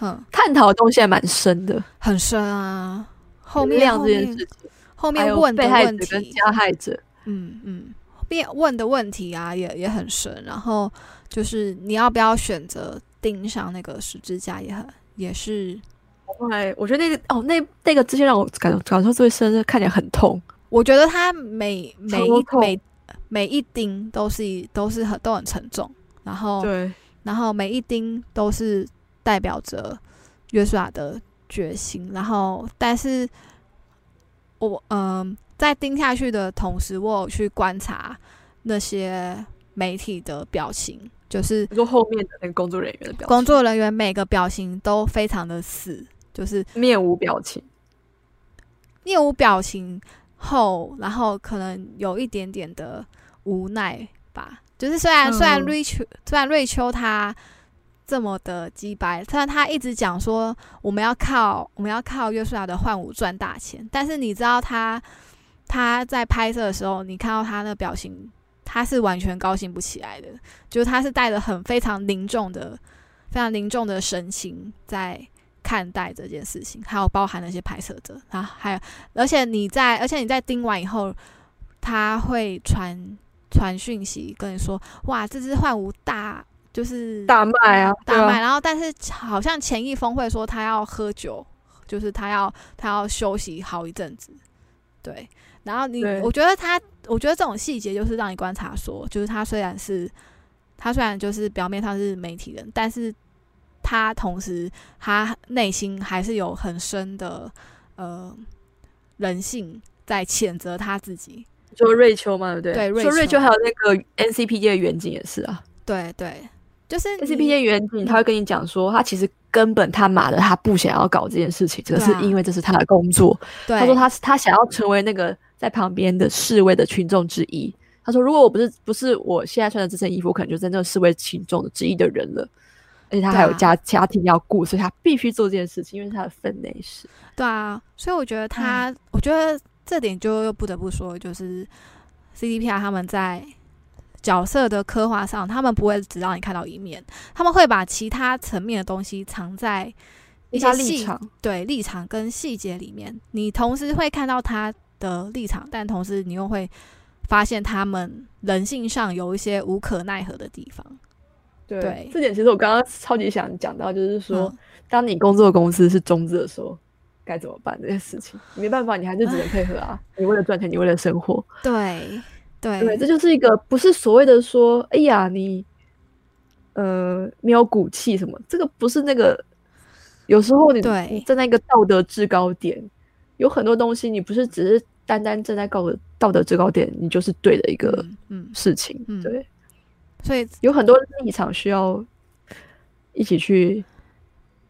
Speaker 1: 嗯，
Speaker 3: 探讨的东西还蛮深的，
Speaker 1: 很深啊。后
Speaker 3: 原
Speaker 1: 面
Speaker 3: 谅
Speaker 1: 后
Speaker 3: 这件
Speaker 1: 面
Speaker 3: 事情，
Speaker 1: 后
Speaker 3: 还
Speaker 1: 面
Speaker 3: 有
Speaker 1: 问的
Speaker 3: 被害
Speaker 1: 问
Speaker 3: 者跟
Speaker 1: 题，
Speaker 3: 加害者，
Speaker 1: 嗯嗯，变问的问题啊，也也很深。然后就是你要不要选择钉上那个十字架，也很也是
Speaker 3: 还对，我觉得那个哦，那那个之前让我感感受最深，是看起来很痛。
Speaker 1: 我觉得它每每
Speaker 3: 超
Speaker 1: 一
Speaker 3: 痛
Speaker 1: 每每一钉都是一都是很都很沉重，然后
Speaker 3: 对，
Speaker 1: 然后每一钉都是代表着约书亚的决心，然后但是我嗯、在盯下去的同时，我有去观察那些媒体的表情，就是
Speaker 3: 你说后面的那个工作人员的表
Speaker 1: 工作人员每个表情都非常的死，就是
Speaker 3: 情，面无表情，
Speaker 1: 面无表情后，然后可能有一点点的无奈吧。就是虽然、虽然
Speaker 3: 嗯
Speaker 1: 瑞秋虽然瑞秋她这么的鸡掰，虽然她一直讲说我们要靠我们要靠约书亚的换舞赚大钱，但是你知道她她在拍摄的时候，你看到她那表情，她是完全高兴不起来的，就是她是带着很非常凝重的非常凝重的神情在看待这件事情，还有包含那些拍摄者，然后还有，而且你在，而且你在盯完以后，他会传传讯息跟你说，哇，这只幻舞大就是
Speaker 3: 大卖啊，对
Speaker 1: 大
Speaker 3: 啊
Speaker 1: 卖，，然后但是好像前一峰会说他要喝酒，就是他要他要休息好一阵子，对。然后你，
Speaker 3: 对
Speaker 1: 我觉得他，我觉得这种细节就是让你观察说，就是他虽然是他虽然就是表面上是媒体人，但是他同时他内心还是有很深的呃人性在谴责他自己，
Speaker 3: 就瑞秋嘛，对不对？
Speaker 1: 对瑞
Speaker 3: 说瑞
Speaker 1: 秋嗯
Speaker 3: 秋还有那个 NCPJ 的远景也是啊
Speaker 1: 对对，就是你
Speaker 3: ，NCPJ 远景他会跟你讲说，他其实根本他妈的他不想要搞这件事情，可
Speaker 1: 对
Speaker 3: 是
Speaker 1: 啊
Speaker 3: 因为这是他的工作，
Speaker 1: 对
Speaker 3: 他说他是他想要成为那个在旁边的示威的群众之一。他说，如果我不是不是我现在穿的这身衣服，我可能就真正示威群众的之一的人了。而且他还有
Speaker 1: 对啊
Speaker 3: 家、家庭要顾，所以他必须做这件事情，因为是他的分内事。
Speaker 1: 对啊，所以我觉得他，
Speaker 3: 嗯
Speaker 1: 我觉得这点就又不得不说，就是 CDPR 他们在角色的刻画上，他们不会只让你看到一面，他们会把其他层面的东西藏在一些
Speaker 3: 他
Speaker 1: 细
Speaker 3: 立场，
Speaker 1: 对立场跟细节里面，你同时会看到他的立场，但同时你又会发现他们人性上有一些无可奈何的地方。
Speaker 3: 对
Speaker 1: 对
Speaker 3: 这点其实我刚刚超级想讲到，就是说，
Speaker 1: 嗯
Speaker 3: 当你工作的公司是中资的时候，该怎么办这件事情？你没办法，你还是只能配合啊。你为了赚钱，你为了生活，
Speaker 1: 对对
Speaker 3: 对，这就是一个不是所谓的说，哎呀，你呃没有骨气什么，这个不是那个。有时候你
Speaker 1: 对
Speaker 3: 你站在一个道德制高点，有很多东西你不是只是单单站在高道德制高点，你就是对的一个
Speaker 1: 嗯嗯，
Speaker 3: 事情。
Speaker 1: 嗯
Speaker 3: 对，
Speaker 1: 所以
Speaker 3: 有很多立场需要一起去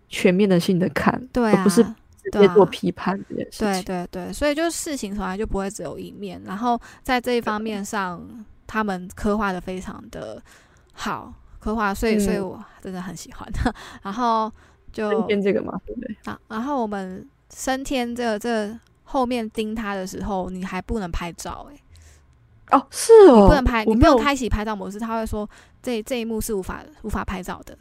Speaker 3: 全面的性的看，
Speaker 1: 对
Speaker 3: 而
Speaker 1: 啊，
Speaker 3: 不是直
Speaker 1: 对
Speaker 3: 接
Speaker 1: 啊
Speaker 3: 做批判这件事
Speaker 1: 对
Speaker 3: 情。
Speaker 1: 对对，所以就是事情从来就不会只有一面，然后在这一方面上，他们刻画的非常的好，刻画，所以、所以
Speaker 3: 嗯
Speaker 1: 我真的很喜欢。 然后就
Speaker 3: 今天这个嘛，对不对？
Speaker 1: 啊，然后我们升天这个这个后面盯他的时候，你还不能拍照哎、
Speaker 3: 哦，是
Speaker 1: 你
Speaker 3: 哦，
Speaker 1: 不能拍，
Speaker 3: 我
Speaker 1: 你
Speaker 3: 没
Speaker 1: 没有
Speaker 3: 有
Speaker 1: 开启拍照模式，他会说这这一幕是无法无法拍照的。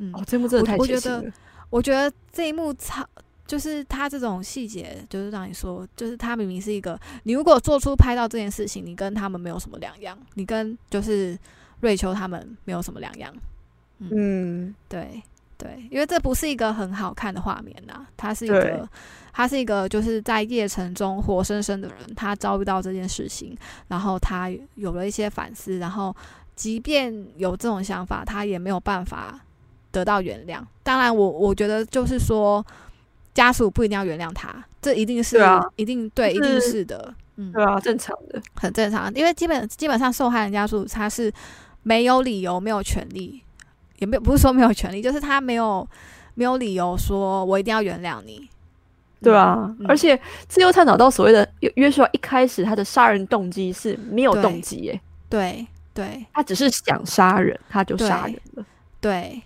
Speaker 1: 嗯，
Speaker 3: 哦，这幕真的
Speaker 1: 我
Speaker 3: 太
Speaker 1: 我
Speaker 3: 血
Speaker 1: 觉
Speaker 3: 腥
Speaker 1: 得
Speaker 3: 了。
Speaker 1: 我觉得这一幕超，就是他这种细节，就是让你说，就是他明明是一个，你如果做出拍到这件事情，你跟他们没有什么两样，你跟就是瑞秋他们没有什么两样，
Speaker 3: 嗯，
Speaker 1: 对对，因为这不是一个很好看的画面呐、它是一
Speaker 3: 对
Speaker 1: 个，它是一个就是在夜城中活生生的人，他遭遇到这件事情，然后他有了一些反思，然后即便有这种想法，他也没有办法得到原谅。当然我，我觉得就是说，家属不一定要原谅他，这一定是、
Speaker 3: 对啊
Speaker 1: 一定对，一
Speaker 3: 就
Speaker 1: 定
Speaker 3: 是
Speaker 1: 是的，嗯，
Speaker 3: 对啊，正常的。
Speaker 1: 很正常，因为基本基本上受害人家属他是没有理由、没有权利，也没有不是说没有权利，就是他没有没有理由说我一定要原谅你。
Speaker 3: 对啊，
Speaker 1: 嗯
Speaker 3: 而且这又探讨到所谓的约约书亚一开始他的杀人动机是没有
Speaker 1: 对
Speaker 3: 动机耶，
Speaker 1: 对对
Speaker 3: 他只是想杀人，他就杀
Speaker 1: 对
Speaker 3: 人了。
Speaker 1: 对，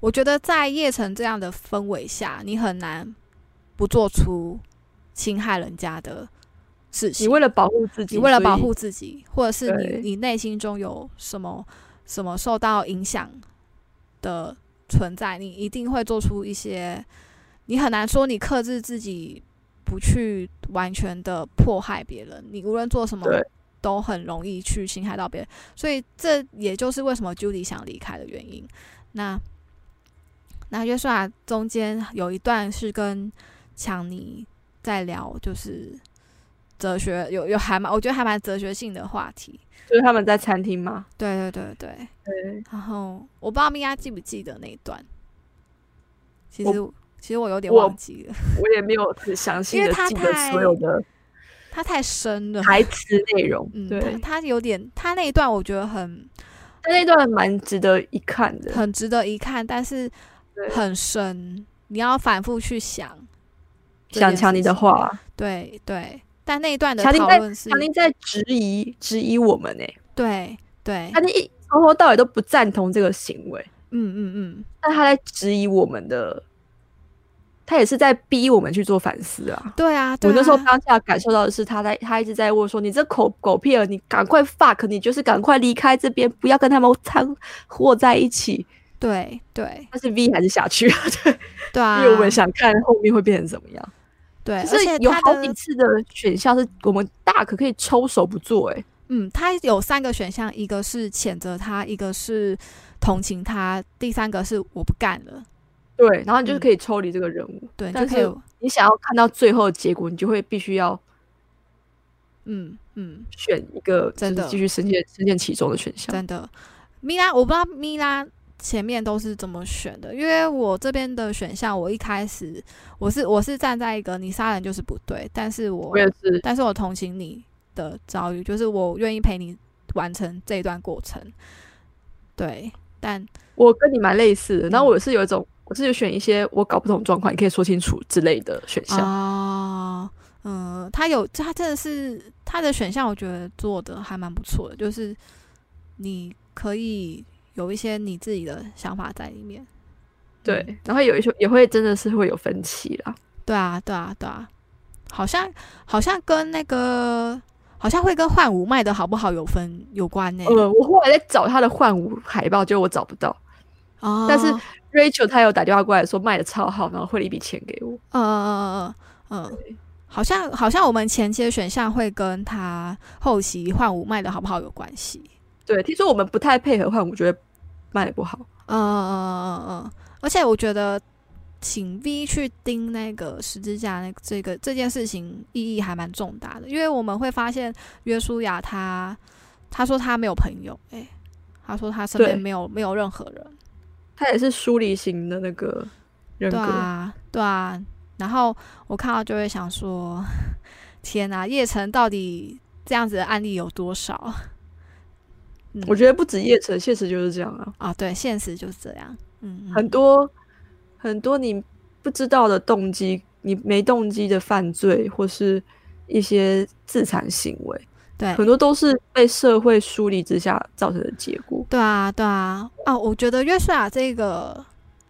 Speaker 1: 我觉得在夜城这样的氛围下，你很难不做出侵害人家的事情。
Speaker 3: 你为了保护自己，
Speaker 1: 你为了保
Speaker 3: 所以
Speaker 1: 护自己，或者是你
Speaker 3: 对
Speaker 1: 你内心中有什么什么受到影响的存在，你一定会做出一些，你很难说你克制自己不去完全的迫害别人，你无论做什么
Speaker 3: 对
Speaker 1: 都很容易去侵害到别人，所以这也就是为什么 Judy 想离开的原因。那那约书亚中间有一段是跟强尼在聊，就是哲学，有有还蛮，我觉得还蛮哲学性的话题。
Speaker 3: 就是他们在餐厅嘛，
Speaker 1: 对对对对。
Speaker 3: 对，
Speaker 1: 然后我不知道米娅记不记得那一段，其实其实我有点
Speaker 3: 我
Speaker 1: 忘记了，
Speaker 3: 我也没有很详细
Speaker 1: 因为
Speaker 3: 的
Speaker 1: 他
Speaker 3: 记得所有的
Speaker 1: 它太深了。
Speaker 3: 台词内容，
Speaker 1: 嗯，
Speaker 3: 对，
Speaker 1: 他他有点，他那一段我觉得很
Speaker 3: 但那段蛮值得一看的，
Speaker 1: 很值得一看，但是
Speaker 3: 对
Speaker 1: 很深，你要反复去想这件事情。
Speaker 3: 想强尼的话，
Speaker 1: 嗯对对，但那一段的
Speaker 3: 强尼
Speaker 1: 讨
Speaker 3: 在
Speaker 1: 论是
Speaker 3: 强尼在质疑质疑我们哎、
Speaker 1: 对对，
Speaker 3: 强尼一从头到尾都不赞同这个行为，
Speaker 1: 嗯嗯嗯，
Speaker 3: 但他在质疑我们的，他也是在逼我们去做反思啊。
Speaker 1: 对啊，对
Speaker 3: 我那时候
Speaker 1: 啊
Speaker 3: 当下感受到的是，他在他一直在问说：“你这狗狗屁儿，你赶快 fuck，你就是赶快离开这边，不要跟他们掺和在一起。
Speaker 1: 对对”
Speaker 3: 但是 V 还是下去了，对，
Speaker 1: 对啊，
Speaker 3: 因为我们想看后面会变成怎么样。
Speaker 1: 对，而
Speaker 3: 可是
Speaker 1: 且
Speaker 3: 有
Speaker 1: 他
Speaker 3: 好
Speaker 1: 的
Speaker 3: 几次的选项是我们大可可以抽手不做、欸，
Speaker 1: 嗯，他有三个选项，一个是谴责他，一个是同情他，第三个是我不干了，
Speaker 3: 对，然后你就是
Speaker 1: 嗯
Speaker 3: 可以抽离这个人物，
Speaker 1: 对，你就
Speaker 3: 但
Speaker 1: 可
Speaker 3: 是
Speaker 1: 以，
Speaker 3: 你想要看到最后的结果，你就会必须要
Speaker 1: 嗯嗯，
Speaker 3: 选一个就
Speaker 1: 真
Speaker 3: 是
Speaker 1: 的
Speaker 3: 继续深陷深陷其中的选项。
Speaker 1: 真的，米拉，我不知道米拉前面都是怎么选的，因为我这边的选项，我一开始我是我是站在一个你杀人就是不对，但是我
Speaker 3: 我也是，
Speaker 1: 但是我同情你的遭遇，就是我愿意陪你完成这一段过程，对，但
Speaker 3: 我跟你蛮类似的，然后
Speaker 1: 嗯
Speaker 3: 我是有一种，我是有选一些我搞不懂的状况，你可以说清楚之类的选项。
Speaker 1: 啊，嗯，他有他真的是他的选项，我觉得做的还蛮不错的，就是你可以有一些你自己的想法在里面。
Speaker 3: 对
Speaker 1: 嗯，
Speaker 3: 然后有一些也会真的是会有分歧啦。
Speaker 1: 对啊，对啊，对啊，好像好像跟那个好像会跟幻舞卖的好不好有分有关呢、
Speaker 3: 呃，我后来在找他的换舞海报，结果我找不到。
Speaker 1: 哦
Speaker 3: 但是 Rachel 她有打电话过来说卖的超好，然后汇了一笔钱给我。
Speaker 1: 嗯嗯嗯嗯嗯嗯，好像好像我们前期的选项会跟他后期幻舞卖的好不好有关系。
Speaker 3: 对，听说我们不太配合换舞，觉得卖的不好。
Speaker 1: 嗯嗯嗯嗯嗯，而且我觉得请 V 去盯那个十字架那个这个这件事情意义还蛮重大的，因为我们会发现约书亚他他说他没有朋友，诶、他说他身边
Speaker 3: 对
Speaker 1: 没有没有任何人，
Speaker 3: 他也是疏离型的那个人格，
Speaker 1: 对啊对啊，然后我看到就会想说， 天哪、叶城到底这样子的案例有多少？ 嗯
Speaker 3: 我觉得不止叶城，现实就是这样啊。
Speaker 1: 啊，对，现实就是这样，嗯，嗯
Speaker 3: 很多很多你不知道的动机，你没动机的犯罪或是一些自残行为，
Speaker 1: 对，
Speaker 3: 很多都是被社会疏离之下造成的结果。
Speaker 1: 对啊，对啊，啊，我觉得约书亚这个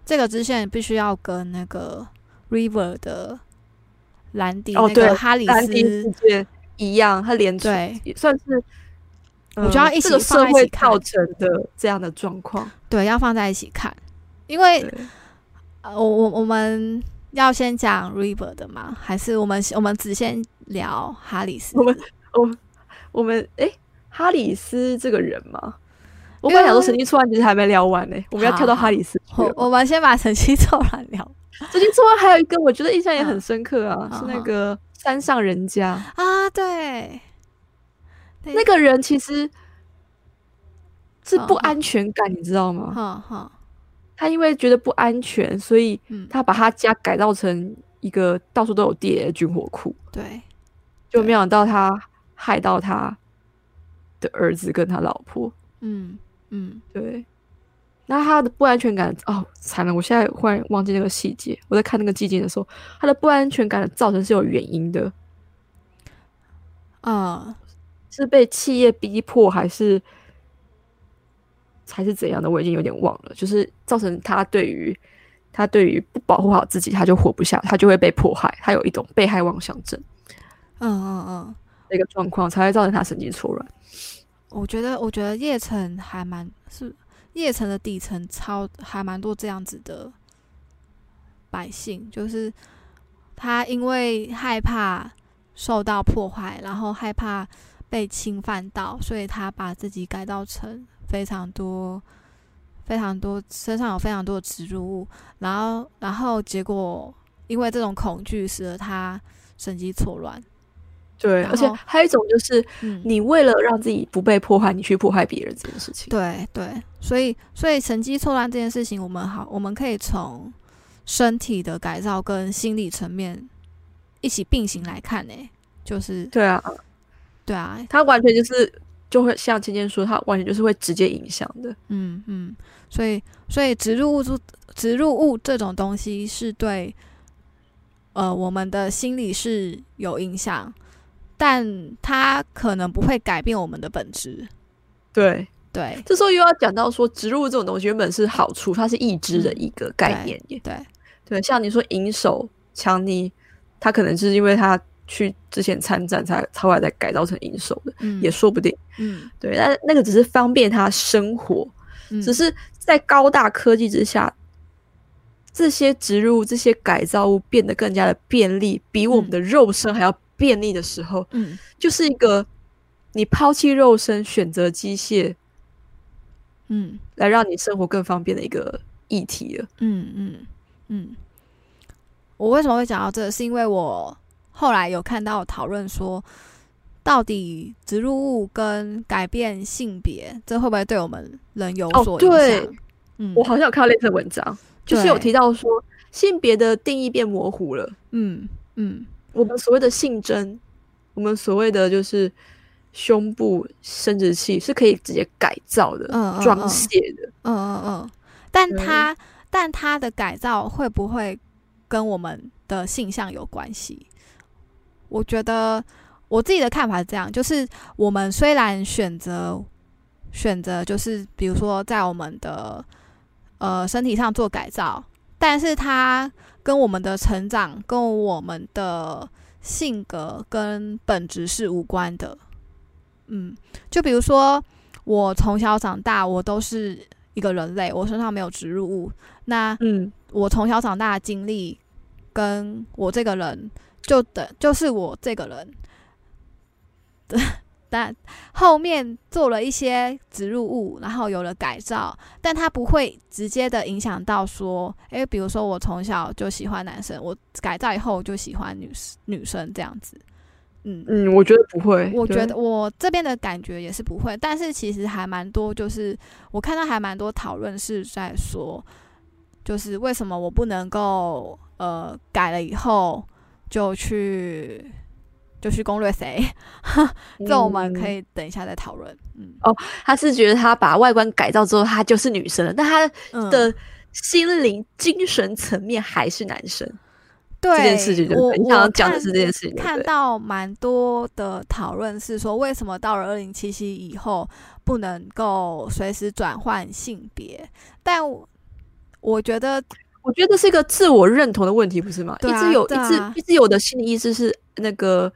Speaker 1: 这个支线必须要跟那个 River 的兰迪、
Speaker 3: 哦
Speaker 1: 那
Speaker 3: 对
Speaker 1: 个哈里
Speaker 3: 兰迪
Speaker 1: 斯
Speaker 3: 事，件一样，它连串
Speaker 1: 对
Speaker 3: 也算是。
Speaker 1: 我觉得要
Speaker 3: 呃
Speaker 1: 一起
Speaker 3: 这个
Speaker 1: 放在
Speaker 3: 社
Speaker 1: 一
Speaker 3: 会
Speaker 1: 起看
Speaker 3: 造成的这样的状况，
Speaker 1: 对，要放在一起看，因为
Speaker 3: 对，
Speaker 1: 呃，我我我们要先讲 River 的嘛，还是我们我们只先聊哈里斯？
Speaker 3: 我们我们诶，哈里斯这个人嘛，我本来
Speaker 1: 因
Speaker 3: 想说
Speaker 1: 为
Speaker 3: 神经错乱，其实还没聊完呢、我们要跳到
Speaker 1: 好
Speaker 3: 哈里斯去
Speaker 1: 我
Speaker 3: 了吗。
Speaker 1: 我们先把神 奇错乱聊
Speaker 3: 最近之外还有一个，我觉得印象也很深刻啊，
Speaker 1: 嗯
Speaker 3: 是
Speaker 1: 嗯
Speaker 3: 那
Speaker 1: 嗯
Speaker 3: 个山上人家
Speaker 1: 啊，对，对
Speaker 3: 那个人，其实是不
Speaker 1: 嗯嗯
Speaker 3: 安全感，你知道吗？
Speaker 1: 哈哈，
Speaker 3: 他因为觉得不安全，所以
Speaker 1: 嗯，
Speaker 3: 他把他家改造成一个到处都有地雷的军火库，
Speaker 1: 对，
Speaker 3: 就
Speaker 1: 对
Speaker 3: 没想到他害到他的儿子跟他老婆。
Speaker 1: 嗯嗯，
Speaker 3: 对，那他的不安全感哦，惨了！我现在忽然忘记那个细节。我在看那个季节的时候，他的不安全感造成是有原因的，
Speaker 1: 啊、
Speaker 3: 是被企业逼迫还是还是怎样的？我已经有点忘了。就是造成他对于他对于不保护好自己，他就活不下，他就会被迫害，他有一种被害妄想症
Speaker 1: 嗯嗯嗯。
Speaker 3: 的一个状况，才会造成他神经错乱。
Speaker 1: 我觉得，我觉得叶城还蛮是叶城的底层超还蛮多这样子的百姓，就是他因为害怕受到破坏，然后害怕被侵犯到，所以他把自己改造成非常多非常多身上有非常多的植入物，然后然后结果因为这种恐惧使得他神经错乱。
Speaker 3: 对，
Speaker 1: 然
Speaker 3: 而且
Speaker 1: 后
Speaker 3: 还有一种就是，
Speaker 1: 嗯，
Speaker 3: 你为了让自己不被破坏，你去破坏别人这件事情。
Speaker 1: 对对，所以所以神经错乱这件事情，我们好，我们可以从身体的改造跟心理层面一起并行来看呢、就是
Speaker 3: 对啊，
Speaker 1: 对啊，
Speaker 3: 他完全就是就会像芊芊说，他完全就是会直接影响的。
Speaker 1: 嗯嗯，所以所以植入物就植入物这种东西是对，呃，我们的心理是有影响，但它可能不会改变我们的本质。
Speaker 3: 对，
Speaker 1: 对
Speaker 3: 这时候又要讲到说，植入这种东西原本是好处，它是义肢的
Speaker 1: 嗯
Speaker 3: 一个概念耶。
Speaker 1: 对，
Speaker 3: 对，像你说银手强尼，他可能是因为他去之前参战才才后来才改造成银手的，
Speaker 1: 嗯
Speaker 3: 也说不定。
Speaker 1: 嗯
Speaker 3: 对，但那个只是方便他生活，
Speaker 1: 嗯，
Speaker 3: 只是在高大科技之下，这些植入、这些改造物变得更加的便利，比我们
Speaker 1: 嗯
Speaker 3: 的肉身还要便利的时候，
Speaker 1: 嗯
Speaker 3: 就是一个你抛弃肉身，选择机械
Speaker 1: 嗯
Speaker 3: 来让你生活更方便的一个议题了。
Speaker 1: 嗯嗯嗯，我为什么会讲到这？是因为我后来有看到讨论说，到底植入物跟改变性别，这会不会对我们人有
Speaker 3: 哦
Speaker 1: 所影响？
Speaker 3: 对
Speaker 1: 嗯，
Speaker 3: 我好像有看到类似的文章，就是有提到说性别的定义变模糊了，
Speaker 1: 嗯嗯
Speaker 3: 我们所谓的性征，我们所谓的就是胸部生殖器是可以直接改造的、
Speaker 1: 嗯嗯
Speaker 3: 装
Speaker 1: 嗯
Speaker 3: 卸的。
Speaker 1: 嗯嗯嗯，但
Speaker 3: 对
Speaker 1: 它但它的改造会不会跟我们的性向有关系？我觉得我自己的看法是这样，就是我们虽然选择选择，就是比如说在我们的呃身体上做改造，但是它跟我们的成长、跟我们的性格跟本质是无关的。嗯，就比如说我从小长大，我都是一个人类，我身上没有植入物。那
Speaker 3: 嗯，
Speaker 1: 我从小长大的经历，跟我这个人就等就是我这个人。但后面做了一些植入物，然后有了改造，但它不会直接的影响到说，诶，比如说我从小就喜欢男生，我改造以后我就喜欢女女生这样子，嗯，
Speaker 3: 嗯，我觉得不会。
Speaker 1: 我
Speaker 3: 对
Speaker 1: 觉得我这边的感觉也是不会，但是其实还蛮多，就是我看到还蛮多讨论是在说，就是为什么我不能够呃改了以后就去就去攻略谁？这我们可
Speaker 3: 嗯
Speaker 1: 以等一下再讨论。嗯
Speaker 3: 他是觉得他把外观改造之后，他就是女生了，但他
Speaker 1: 嗯，
Speaker 3: 的心灵、精神层面还是男生。
Speaker 1: 对
Speaker 3: 这件事情，对不
Speaker 1: 我
Speaker 3: 对？你
Speaker 1: 我
Speaker 3: 想要讲的
Speaker 1: 看
Speaker 3: 是这件事情，对不
Speaker 1: 看
Speaker 3: 对？
Speaker 1: 到蛮多的讨论是说，为什么到了二零七七以后不能够随时转换性别？但我我觉得，
Speaker 3: 我觉得这是一个自我认同的问题，不是吗？
Speaker 1: 对啊
Speaker 3: 一直有，
Speaker 1: 对
Speaker 3: 一直
Speaker 1: 啊
Speaker 3: 一直有的心理意识是那个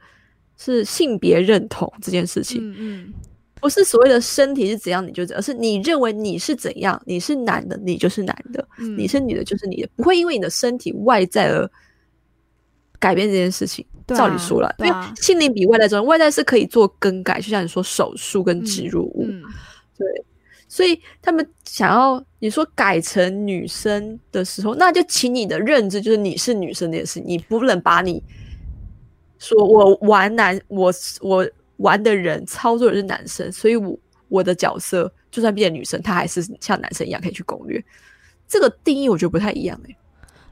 Speaker 3: 是性别认同这件事情，
Speaker 1: 嗯嗯
Speaker 3: 不是所谓的身体是怎样你就怎样，而是你认为你是怎样，你是男的你就是男的，
Speaker 1: 嗯，
Speaker 3: 你是女的就是女的，不会因为你的身体外在而改变这件事情。
Speaker 1: 对
Speaker 3: 照理
Speaker 1: 啊
Speaker 3: 说了，
Speaker 1: 对
Speaker 3: 因为
Speaker 1: 啊
Speaker 3: 心灵比外在重要，外在是可以做更改，就像你说手术跟植入物，
Speaker 1: 嗯
Speaker 3: 所以他们想要你说改成女生的时候，那就请你的认知就是你是女生这件事，你不能把你说我玩男，我我玩的人操作的是男生，所以我我的角色就算变成女生，她还是像男生一样可以去攻略。这个定义我觉得不太一样哎、欸，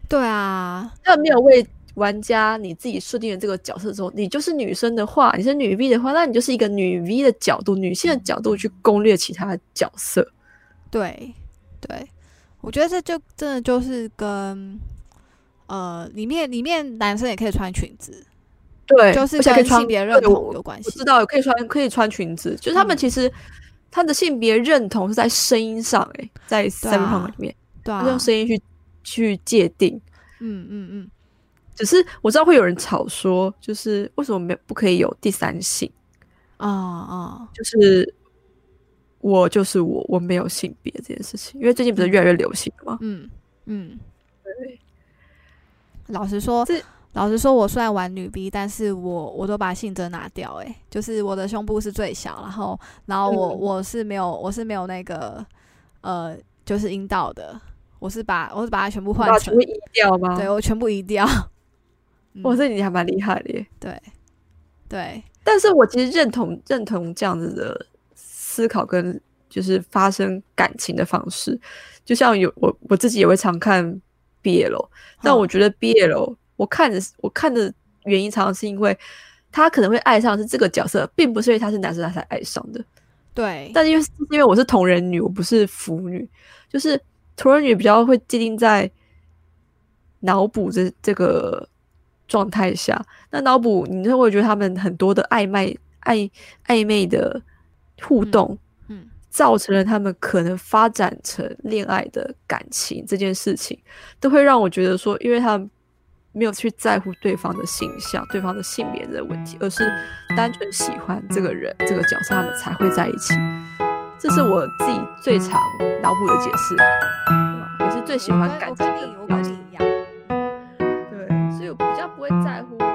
Speaker 1: 对啊，
Speaker 3: 那没有为玩家你自己设定了这个角色之后，你就是女生的话，你是女 V 的话，那你就是一个女 V 的角度、女性的角度去攻略其他的角色。
Speaker 1: 对对，我觉得这就真的就是跟呃，里面里面男生也可以穿裙子，
Speaker 3: 对，
Speaker 1: 就是
Speaker 3: 而且可以
Speaker 1: 跟
Speaker 3: 穿
Speaker 1: 性别认
Speaker 3: 对
Speaker 1: 同
Speaker 3: 我
Speaker 1: 有关
Speaker 3: 我
Speaker 1: 系
Speaker 3: 知。道，可以穿可以穿裙子，就是他们
Speaker 1: 嗯
Speaker 3: 其实、他的性别认同是在声音上、欸，哎，在
Speaker 1: 对啊
Speaker 3: Cyberpunk 里面，
Speaker 1: 对啊
Speaker 3: 他，用声音去去界定。
Speaker 1: 嗯嗯嗯，
Speaker 3: 只是我知道会有人吵说，就是为什么没不可以有第三性？
Speaker 1: 啊啊，
Speaker 3: 就是我就是我，我没有性别这件事情，因为最近不是越来越流行了吗？
Speaker 1: 嗯嗯，
Speaker 3: 对，
Speaker 1: 老实说
Speaker 3: 这，
Speaker 1: 老实说，我虽然玩女 B，但是我我都把性征拿掉、欸，就是我的胸部是最小，然后然后我、
Speaker 3: 嗯
Speaker 1: 我是没有我是没有那个呃就是阴道的，我是把我是把它全部换
Speaker 6: 把
Speaker 1: 成
Speaker 6: 全，部移掉吗？
Speaker 1: 对我全部移掉。嗯
Speaker 3: 哇，这你还蛮厉害的耶！
Speaker 1: 对对，
Speaker 3: 但是我其实认同认同这样子的思考跟就是发生感情的方式，就像有我我自己也会常看 BL，但
Speaker 1: 嗯
Speaker 3: 我觉得 BL 我看的我看的原因常常是因为他可能会爱上的是这个角色，并不是因为他是男生他才爱上的。
Speaker 1: 对
Speaker 3: 但因为是因为我是同人女，我不是腐女，就是同人女比较会界定在脑补这这个状态下。那脑补，你就会觉得他们很多的暧昧、暧暧昧的互
Speaker 1: 嗯
Speaker 3: 动，
Speaker 1: 嗯
Speaker 3: 造成了他们可能发展成恋爱的感情这件事情，都会让我觉得说，因为他们没有去在乎对方的性向、对方的性别的问题，而是单纯喜欢这个人、这个角色，他们才会在一起。这是我自己最常脑补的解释，也是最喜欢感情
Speaker 1: 嗯我
Speaker 3: 的
Speaker 1: 跟你我
Speaker 3: 表
Speaker 1: 跟
Speaker 3: 现。
Speaker 1: 你一样，
Speaker 3: 对，所以我比较不会在乎